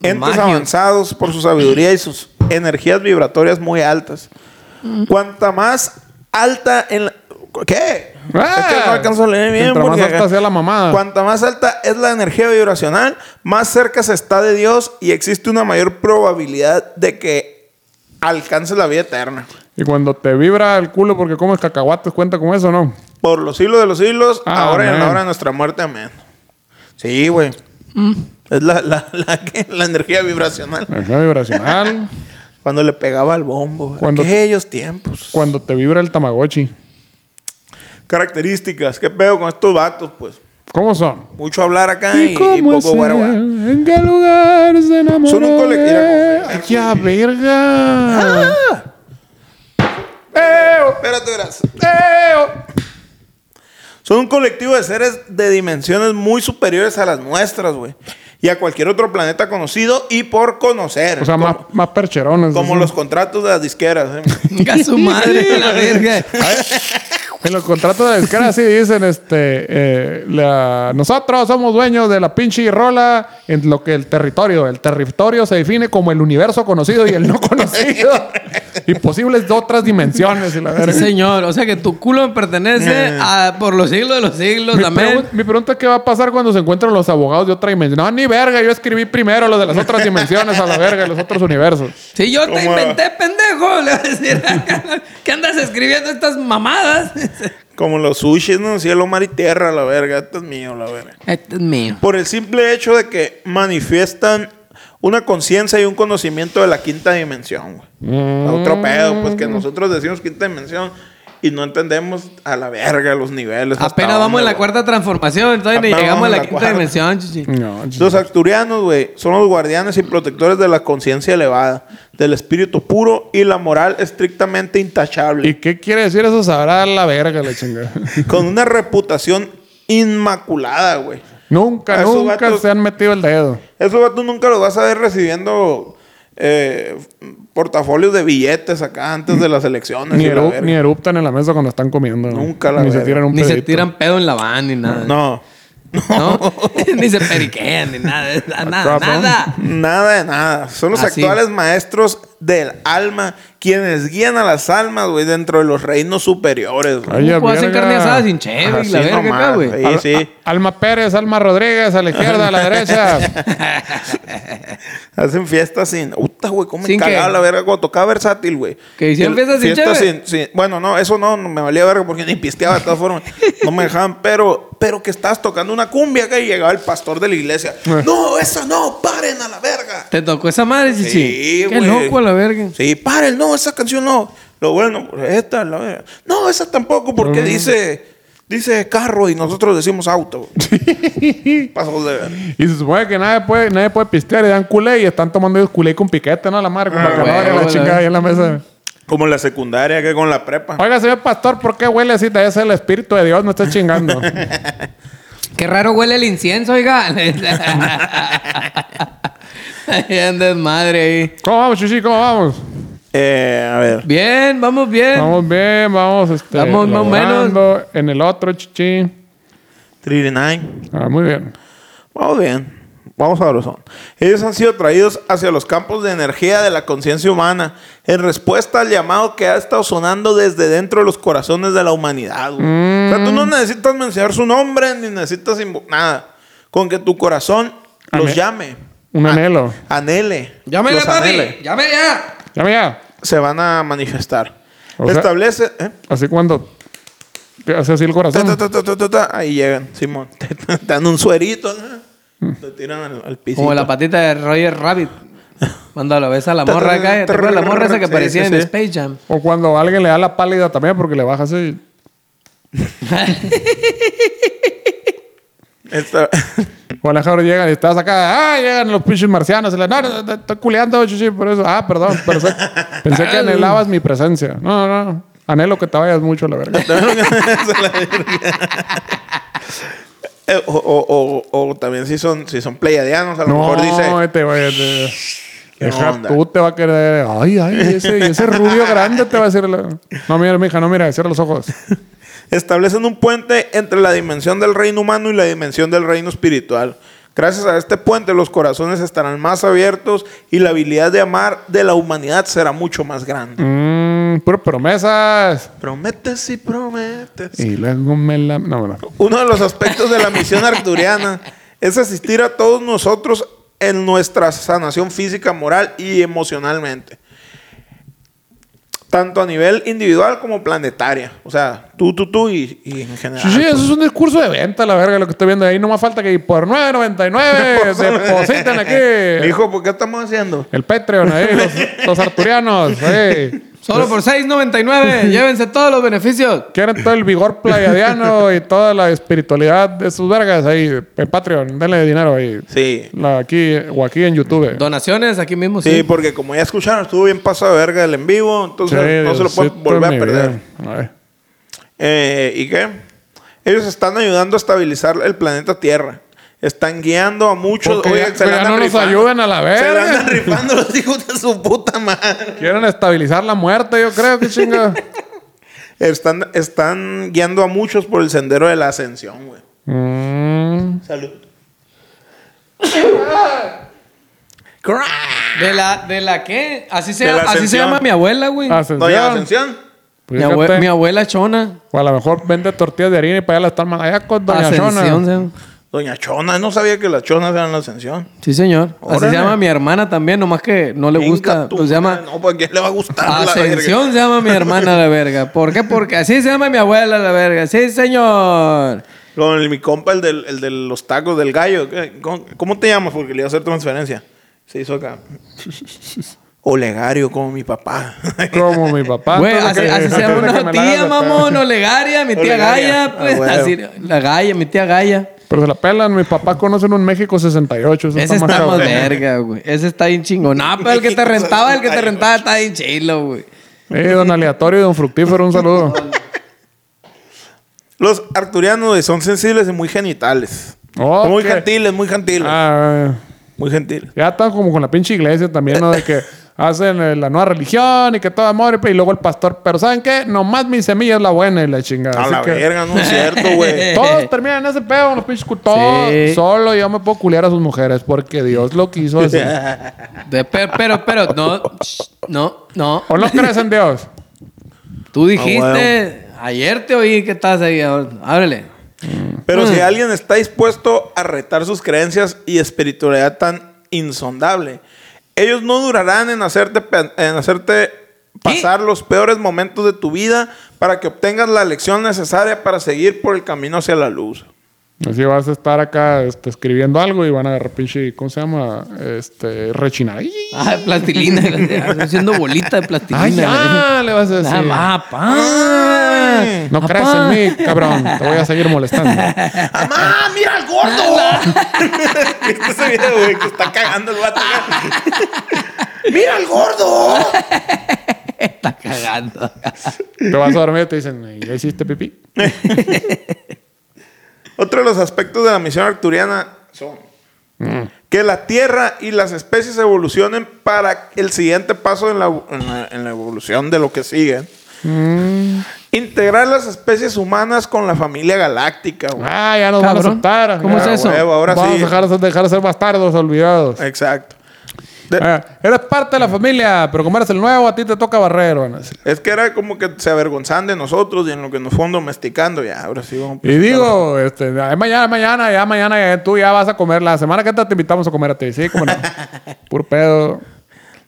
C: Los
B: Entes
C: magios.
B: avanzados por su sabiduría y sus energías vibratorias muy altas. Cuanta más alta en la- ¿Qué?
A: Ah,
B: Es que no alcanzo a leer bien.
A: mientras más
B: porque-
A: alta sea la mamada.
B: Cuanta más alta es la energía vibracional, más cerca se está de Dios y existe una mayor probabilidad de que alcance la vida eterna.
A: Y cuando te vibra el culo porque comes cacahuates, cuenta con eso, ¿no?
B: Por los siglos de los siglos,
A: Ah,
B: ahora y en la
A: amén.
B: hora de nuestra muerte, amén. Sí, güey.
A: Mm.
B: Es la, la, la, que- la energía vibracional.
A: Energía vibracional.
B: Cuando le pegaba al bombo. güey.
A: Cuando-
B: Aquellos tiempos.
A: cuando te vibra el tamagotchi.
B: Características. ¿Qué pedo con estos vatos, pues?
A: ¿Cómo son?
B: Mucho hablar acá y, y poco
A: él?
B: guara guara.
A: ¿En qué lugar se enamoró?
B: Son un colectivo.
A: de- ¡Ay, qué a
B: Ah.
A: verga! ¡Eo!
B: Espérate, verás.
A: ¡Eo!
B: Son un colectivo de seres de dimensiones muy superiores a las nuestras, güey. Y a cualquier otro planeta conocido y por conocer.
A: O sea,
B: como,
A: más, más percherones.
B: como
A: así.
B: los contratos de las disqueras. ¿eh?
C: A su madre, la verga.
A: En los contratos de la escala sí dicen, este, eh, la- nosotros somos dueños de la pinche rola en lo que el territorio, el territorio se define como el universo conocido y el no conocido y posibles de otras dimensiones. y la
C: Sí,
A: verga.
C: señor. O sea que tu culo me pertenece
B: Eh.
C: a, por los siglos de los siglos.
A: Mi,
C: Amén.
A: pregun- mi pregunta es qué va a pasar cuando se encuentran los abogados de otra dimensión. No, ni verga, yo escribí primero los de las otras dimensiones a la verga, los otros universos.
C: Si yo te
B: ¿Cómo?
C: inventé, pendejo, le voy a decir. ¿Qué andas escribiendo estas mamadas? Este
B: Como los sushis, ¿no? Cielo, mar y tierra, la verga. Esto es mío, la verga.
C: Este es mío.
B: Por el simple hecho de que manifiestan una conciencia y un conocimiento de la quinta dimensión, güey.
C: Mm.
B: Otro pedo, pues que nosotros decimos quinta dimensión y no entendemos a la verga los niveles. hasta
C: Apenas vamos
B: dónde,
C: en la
B: güey.
C: cuarta transformación. Todavía ni
B: Apenas vamos
C: llegamos a
B: en
C: la
B: la
C: quinta
B: cuarta.
C: dimensión, chichi.
A: No,
B: Los arcturianos, güey, son los guardianes y protectores de la conciencia elevada, del espíritu puro y la moral estrictamente intachable.
A: ¿Y qué quiere decir eso? Sabrá la verga la chingada.
B: con una reputación inmaculada, güey. A
A: nunca,
B: esos
A: nunca
B: vatos-
A: se han metido el dedo.
B: Esos vatos nunca los vas a ver recibiendo eh, portafolios de billetes acá antes de las elecciones.
A: Ni,
B: y la
A: eru-
B: verga.
A: ni eruptan en la mesa cuando están comiendo. ¿no?
B: Nunca la
A: Ni se
B: verga.
A: tiran un
C: Ni se
A: pedito.
C: tiran pedo en la van ni nada.
B: No.
C: ¿No? ni se periquean ni nada. Nada,
A: Acá son.
C: nada.
B: Nada de nada. Son los
C: Así.
B: actuales maestros del alma quienes guían a las almas, güey, dentro de los reinos superiores. güey.
A: Ay, ya,
C: ¿Cómo hacen
A: verga.
C: carne asada sin cheve y
B: Así
C: la verga acá,
B: nomás,
C: güey?
B: ahí.
A: Al-
B: Sí, sí.
A: a- Alma Pérez, Alma Rodríguez, a la izquierda, a la derecha.
B: Hacen fiestas sin. Puta, güey, cómo me
C: ¿Sin qué?
B: cagaba la verga cuando tocaba versátil, güey.
C: ¿Que hicieron
B: El-
C: fiestas sin cheve?
B: sin- Bueno, no, eso no, no me valía verga porque ni pisteaba de todas formas. No me dejaban, pero, pero que estabas tocando una cumbia acá y llegaba el pastor de la iglesia.
C: Ah.
B: no, esa no, paren a la verga.
C: ¿Te tocó esa madre, chichi?
B: Sí,
C: Qué
B: güey.
C: loco a la verga.
B: Sí, paren, no, esa canción no. Lo bueno, pues, esta, la verga. No, esa tampoco, porque dice, dice carro y nosotros decimos auto. Pasos de ver.
A: y se supone que nadie puede, nadie puede pistear y dan culé y están tomando ellos culé con piquete, ¿no? La madre, con bacanora y
C: huevo,
A: la
C: la
A: chingada ahí en la mesa.
B: Como en la secundaria que con la prepa.
A: Oiga, señor pastor, ¿por qué huele así? Debe ser el espíritu de Dios, no estás chingando.
C: Qué raro huele el incienso, oiga. Ahí andas madre ahí.
A: ¿Cómo vamos, Chuchi? ¿Cómo vamos?
B: Eh, a ver.
C: Bien, vamos bien.
A: Vamos bien, vamos, este,
C: Vamos más o menos.
A: laborando en el otro, Chuchi.
B: 39.
A: Ah, muy bien.
B: Vamos bien. Vamos a son. Ellos han sido traídos hacia los campos de energía de la conciencia humana en respuesta al llamado que ha estado sonando desde dentro de los corazones de la humanidad. güey. O sea, tú
A: Mm.
B: no necesitas mencionar su nombre ni necesitas invo- nada. Con que tu corazón los
A: Ame-
B: llame.
A: Un
B: A-
A: anhelo.
B: Anhele.
C: Llámela,
B: Los
C: papi.
B: anhele.
C: Llámela ya.
A: Ya, ya.
B: Se van a manifestar.
A: O sea-
B: Establece. ¿eh?
A: Así cuando te hace así el corazón.
B: Ta, ta, ta, ta, ta, ta, ta. Ahí llegan, Simón. Te, te dan un suerito, ¿no?
A: Mm.
B: Lo tiran al, al piso.
C: Como la patita de Roger Rabbit. Cuando lo ves a la morra acá, ¿te acuerdas la morra esa que
B: Sí,
C: aparecía
B: sí,
C: en
B: sí.
C: Space Jam?
A: O cuando alguien le da la pálida también porque le baja así.
B: Esta-
A: O Alejandro llega y estás acá. Ah, llegan los pinches marcianos. Y le, no, no, no, estoy culeando, chichi, por eso. Ah, perdón. Pensé, pensé que anhelabas mi presencia. No, no. Anhelo que te vayas mucho a la verga.
B: eh, o, o- o- o también si son, si son pleiadianos, a lo mejor
A: No,
B: dice.
A: este güey. este-
B: ¿Qué
A: Deja
B: onda?
A: tú te va a querer. Ay, ay, ese, ese rubio grande te va a decir. la- No, mira, mija, no, mira, cierra los ojos.
B: Establecen un puente entre la dimensión del reino humano y la dimensión del reino espiritual. Gracias a este puente los corazones estarán más abiertos y la habilidad de amar de la humanidad será mucho más grande.
A: Mmm, puro promesas.
B: Prometes y prometes.
A: Mm. Y luego me la. No, no.
B: Uno de los aspectos de la misión arturiana es asistir a todos nosotros en nuestra sanación física, moral y emocionalmente. Tanto a nivel individual como planetaria. O sea, tú, tú, tú y, y en general.
A: Sí, sí, eso es un discurso de venta, la verga, lo que estoy viendo ahí. No más falta que por 9.99 depositen aquí
B: Hijo, ¿por qué estamos haciendo?
A: el Patreon ahí, los, los arturianos. ahí.
B: Pues-
C: Solo por 6.99. Llévense todos los beneficios.
A: Quieren todo el vigor playadiano y toda la espiritualidad de sus vergas ahí en Patreon. Denle dinero ahí.
B: Sí.
A: La- aquí o aquí en YouTube.
C: Donaciones aquí mismo, sí.
B: Sí, porque como ya escucharon, estuvo bien pasado de verga el en vivo,
A: Sí,
B: entonces no se lo
A: Diosito,
B: pueden volver
A: mi
B: a perder.
A: vida. Ay.
B: Eh, ¿Y qué? Ellos están ayudando a estabilizar el planeta Tierra. Están guiando a muchos.
A: Porque ya- ya no nos ayudan a la
B: vez. Se la
A: verga.
B: andan rifando los hijos de su puta madre.
A: Quieren estabilizar la muerte, yo creo, que chinga.
B: Están, están guiando a muchos por el sendero de la ascensión, güey.
A: Mm.
B: Salud.
C: ¿De la, ¿De la qué? Así se,
B: De la
C: así se
B: ascensión. Ah,
C: llama mi abuela, güey.
A: Ascensión.
B: No, ya, ascensión.
C: Mi,
A: pues Fíjate.
C: abue- mi abuela chona.
A: O a lo mejor vende tortillas de harina y para allá la están mandando. Allá con Doña
C: Ascensión,
A: Chona.
C: se llama.
B: Doña Chona, no sabía que las chonas eran la ascensión.
C: Sí, señor. Así
B: Órale.
C: se llama mi hermana también, nomás que no le
B: Venga
C: gusta.
B: tú,
C: pues se llama
B: No, pues ¿a quién le va a gustar la verga?
C: Ascensión, se llama mi hermana la verga. ¿Por qué? Porque así se llama mi abuela la verga. Sí, señor.
B: Con el- mi compa, el, del, el de los tacos del gallo. ¿qué? ¿Cómo, cómo te llamas? Porque le iba a hacer transferencia. Se hizo acá. Olegario, como mi papá.
A: Como mi papá.
C: Güey,
B: Ah,
A: Entonces,
C: así,
A: que-
C: así se
A: entonces que
C: llama una
A: me la hagas
C: tía,
A: de pedo.
C: mamón, Olegaria, mi tía
B: Olegaria.
C: Gaya. Pues,
B: Ah, güey.
C: así, la Gaya, mi tía Gaya.
A: Pero se la pelan. Mi papá conoce en un México 68. Eso
C: Ese
A: está más
C: está más
A: cabrón.
C: verga, güey. Ese está bien chingón. No, pero el que te rentaba, el que te rentaba está bien chilo, güey.
A: Eh, don Aleatorio y don Fructífero, un saludo.
B: Los arturianos güey, son sensibles y muy genitales.
A: Oh,
B: Muy
A: qué-
B: gentiles, muy gentiles.
A: Ah,
B: Muy gentiles.
A: ya están como con la pinche iglesia también, ¿no? De que hacen eh, la nueva religión y que todo amor y, y luego el pastor. Pero ¿saben qué? Nomás mi semilla es la buena y la chingada.
B: A
A: Así
B: la
A: que
B: verga, no es cierto, güey.
A: Todos terminan en ese pedo, los pinches cu- todos.
C: Sí.
A: Solo yo me puedo culiar a sus mujeres porque Dios lo quiso así.
C: De- pero, pero, pero, no, shh, no, no.
A: ¿O no crees en Dios?
B: Ah,
C: Tú dijiste, ayer te oí que estabas ahí, ahora, ábrele.
B: Pero si alguien está dispuesto a retar sus creencias y espiritualidad tan insondable, ellos no durarán en hacerte, pe- en hacerte pasar los peores momentos de tu vida para que obtengas la lección necesaria para seguir por el camino hacia la luz.
A: Así vas a estar acá este, escribiendo algo y van a agarrar pinche, ¿cómo se llama? Este, rechinar. ¡Ay,
C: Ah, plastilina, Ah, estoy haciendo bolita de plastilina.
A: ay, ya! Le vas a decir.
C: güey. Ah, va, pa.
A: No
C: Papá.
A: creas en mí, cabrón. Te voy a seguir molestando.
B: ¡Mamá, ¡Ah, mira al gordo! ¿Viste ese video, Este güey, que está cagando el vato? ¡Mira al gordo!
C: Está cagando.
A: Te vas a dormir y te dicen, ¿ya hiciste pipí?
B: Otro de los aspectos de la misión arturiana son
A: Mm.
B: que la Tierra y las especies evolucionen para el siguiente paso en la, en la- en la evolución de lo que sigue.
A: Mm.
B: Integrar las especies humanas con la familia galáctica. güey.
A: Ah, ya nos van a
C: Cabrón.
A: soltar.
C: ¿Cómo
A: Ya,
C: es eso?
B: huevo, ahora
A: Vamos
B: sí.
A: a dejar, dejar de ser bastardos olvidados.
B: Exacto. De-
A: Ah, eres parte de la familia, pero como eres el nuevo, a ti te toca barrer, van a decir.
B: Es que era como que se avergonzaban de nosotros y en lo que nos fueron domesticando. Ya, ahora sí vamos a
A: Y
B: presentar-
A: digo, este, ay, mañana, mañana, ya mañana ya, tú ya vas a comer. La semana que entra te invitamos a comer a ti. Sí, como no. Puro pedo.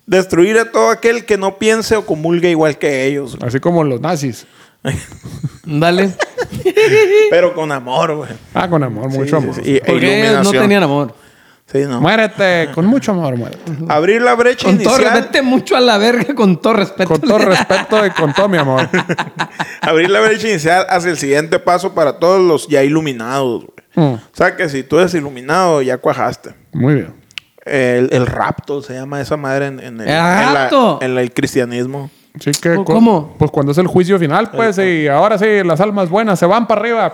B: Destruir a todo aquel que no piense o comulgue igual que ellos. güey.
A: Así como los nazis.
C: Dale.
B: Pero con amor, güey.
A: Ah, con amor, mucho amor.
B: Sí, sí, sí.
C: Porque ellos no
B: Iluminación.
C: tenían amor.
B: Sí, no.
A: Muérete, con mucho amor, muérete.
B: Abrir la brecha
C: Con todo
B: inicial.
C: respeto, mucho a la verga, con todo respeto.
A: Con todo respeto y con todo mi amor.
B: abrir la brecha inicial hacia el siguiente paso para todos los ya iluminados, güey.
A: Mm,
B: O sea que si tú eres iluminado, ya cuajaste.
A: muy bien.
B: El, el rapto se llama esa madre en, en el,
C: ¿El
B: en la-
C: rapto?
B: en la- el cristianismo.
A: Así que,
C: ¿Cómo,
A: cu-
C: cómo?
A: Pues cuando es el juicio final, pues, y ahora sí, las almas buenas se van para arriba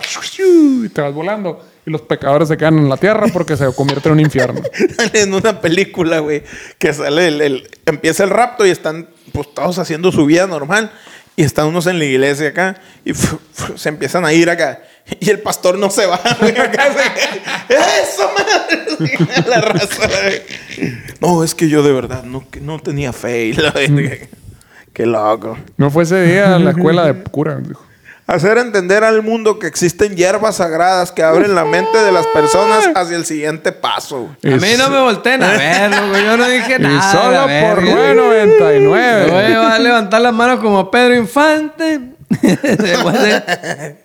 A: y te vas volando. Y los pecadores se quedan en la tierra porque se convierte en un infierno.
B: en una película, güey, que sale el, el- empieza el rapto y están pues todos haciendo su vida normal y están unos en la iglesia acá y fu- fu- se empiezan a ir acá y el pastor no se va, güey, acá se- eso madre, la raza. güey. No, es que yo de verdad no, que no tenía fe y la verga. Qué loco.
A: No fue ese día a la escuela de cura. dijo.
B: Hacer entender al mundo que existen hierbas sagradas que abren la mente de las personas hacia el siguiente paso. güey.
C: A mí
A: Y
C: no me volteen a ver, loco. Yo no dije
A: Y
C: nada.
A: solo
C: la
A: por
C: verga.
A: 9.99.
C: Voy a levantar las manos como Pedro Infante. Voy a hacer-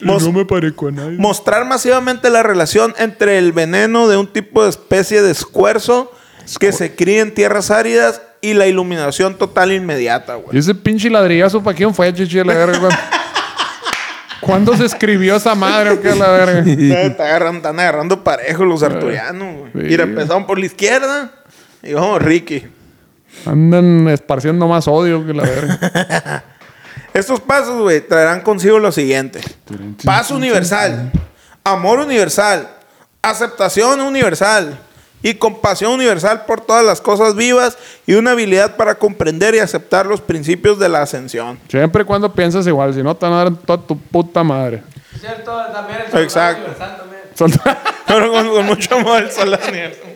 B: Mos-
A: no me parezco a nadie.
B: Mostrar masivamente la relación entre el veneno de un tipo de especie de escuerzo que se cría en tierras áridas y la iluminación total inmediata,
A: Y
B: güey.
A: ese pinche ladrillazo, ¿para quién fue, chichi? La verga, güey? ¿Cuándo se escribió esa madre o qué, la verga?
B: Está agarrando- están agarrando parejo los arturianos, güey.
A: sí.
B: Y empezaron por la izquierda y vamos, Ricky.
A: Andan esparciendo más odio que la verga.
B: Estos pasos, güey, traerán consigo lo siguiente. Paz universal, amor universal, aceptación universal y compasión universal por todas las cosas vivas y una habilidad para comprender y aceptar los principios de la ascensión.
A: Siempre y cuando piensas igual, si no te van a dar toda tu puta madre.
C: Cierto, también el
B: Exacto.
C: soldado universal también.
A: Solda-
B: Pero con, con mucho amor el soldado universal.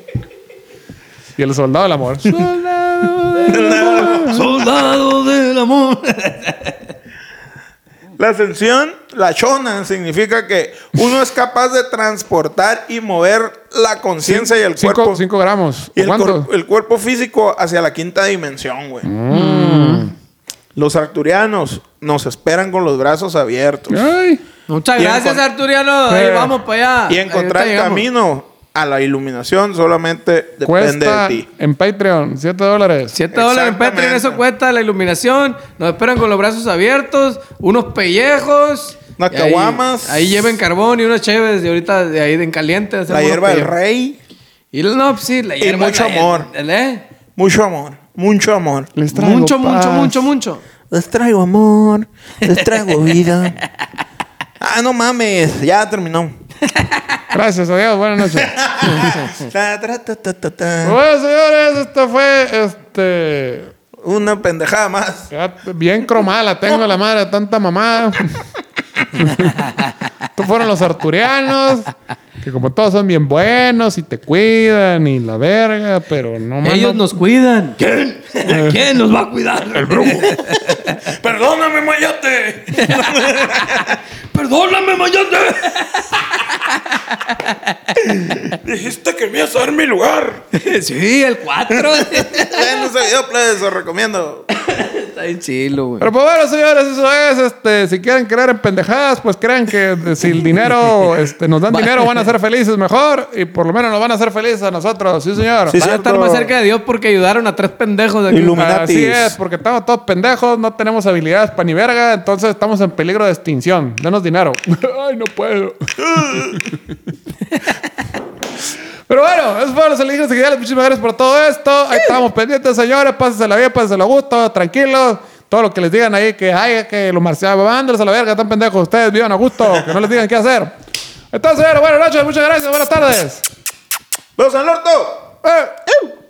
A: y el soldado del amor. Soldado del amor.
C: Soldado del amor.
B: La ascensión, la chona, significa que uno es capaz de transportar y mover la conciencia y el cuerpo.
A: Cinco, cinco gramos.
B: Y el,
A: ¿Cuánto?
B: cor- el cuerpo físico hacia la quinta dimensión, güey. Los arturianos nos esperan con los brazos abiertos.
A: Ay.
C: Muchas
B: Y
C: gracias,
B: encon-
C: Arturiano. Ahí
A: Eh.
C: vamos para allá.
B: Y encontrar
C: Ahorita
B: el
C: llegamos.
B: camino a la iluminación solamente depende
A: Cuesta
B: de ti.
A: en Patreon 7 dólares.
C: Siete dólares en Patreon,
B: Exactamente.
C: eso cuesta la iluminación. Nos esperan con los brazos abiertos, unos pellejos.
B: Unas
C: y ahí-
B: caguamas.
C: Ahí, lleven carbón y unas chéves. Y ahorita de ahí de en caliente.
B: La
C: hacemos unos
B: hierba del
C: pellejos.
B: rey,
C: Y el- no, pues sí, la
B: Y
C: hierba.
B: mucho
C: la hier-
B: amor.
C: ¿Eh?
B: mucho amor, mucho amor.
A: Les traigo
C: Mucho,
A: paz.
C: mucho, mucho, mucho.
B: Les traigo amor, les traigo vida. Ah, no mames, ya terminó.
A: Gracias, adiós, buenas noches.
B: Ta, tra, ta, ta, ta, ta.
A: bueno, señores, esto fue este.
B: Una pendejada más.
A: Ya Bien cromada la tengo la madre, de tanta mamada. Estos fueron los arturianos, que como todos son bien buenos y te cuidan y la verga, pero no más
C: Ellos
A: no-
C: nos cuidan. ¿Quién? ¿Quién nos va a cuidar? El brujo.
B: Perdóname, Mayote.
C: Perdóname, Mayote.
B: Dijiste que me ibas a dar mi lugar.
C: sí, el 4.
B: Vean ese video, plebes, os pues, recomiendo.
C: Está bien chilo, güey.
A: Pero pues bueno, señores, eso es. Este, si quieren creer en pendejadas, pues crean que de- si el dinero, este, nos dan dinero, van a ser felices mejor. Y por lo menos nos van a hacer felices a nosotros, sí, señor.
B: Sí,
C: Van a
B: cierto.
C: estar más cerca de Dios porque ayudaron a tres pendejos de aquí.
B: Ilum-
A: Así
B: Illuminatis.
A: es, porque estamos todos pendejos, no tenemos habilidades para ni verga, entonces estamos en peligro de extinción. Denos dinero. Ay, no puedo. Pero bueno, eso fueron los alienígenas seguidores. Muchísimas gracias por todo esto. Ahí estamos pendientes, señores. Pásensela bien, pásensela a gusto, tranquilos. Todo lo que les digan ahí, que hay que los marcianos, mándenlos a la verga, están pendejos. Ustedes vivan a gusto, que no les digan qué hacer. Entonces, señores, buenas noches, muchas gracias, buenas tardes.
B: ¡Los al orto!
A: Eh.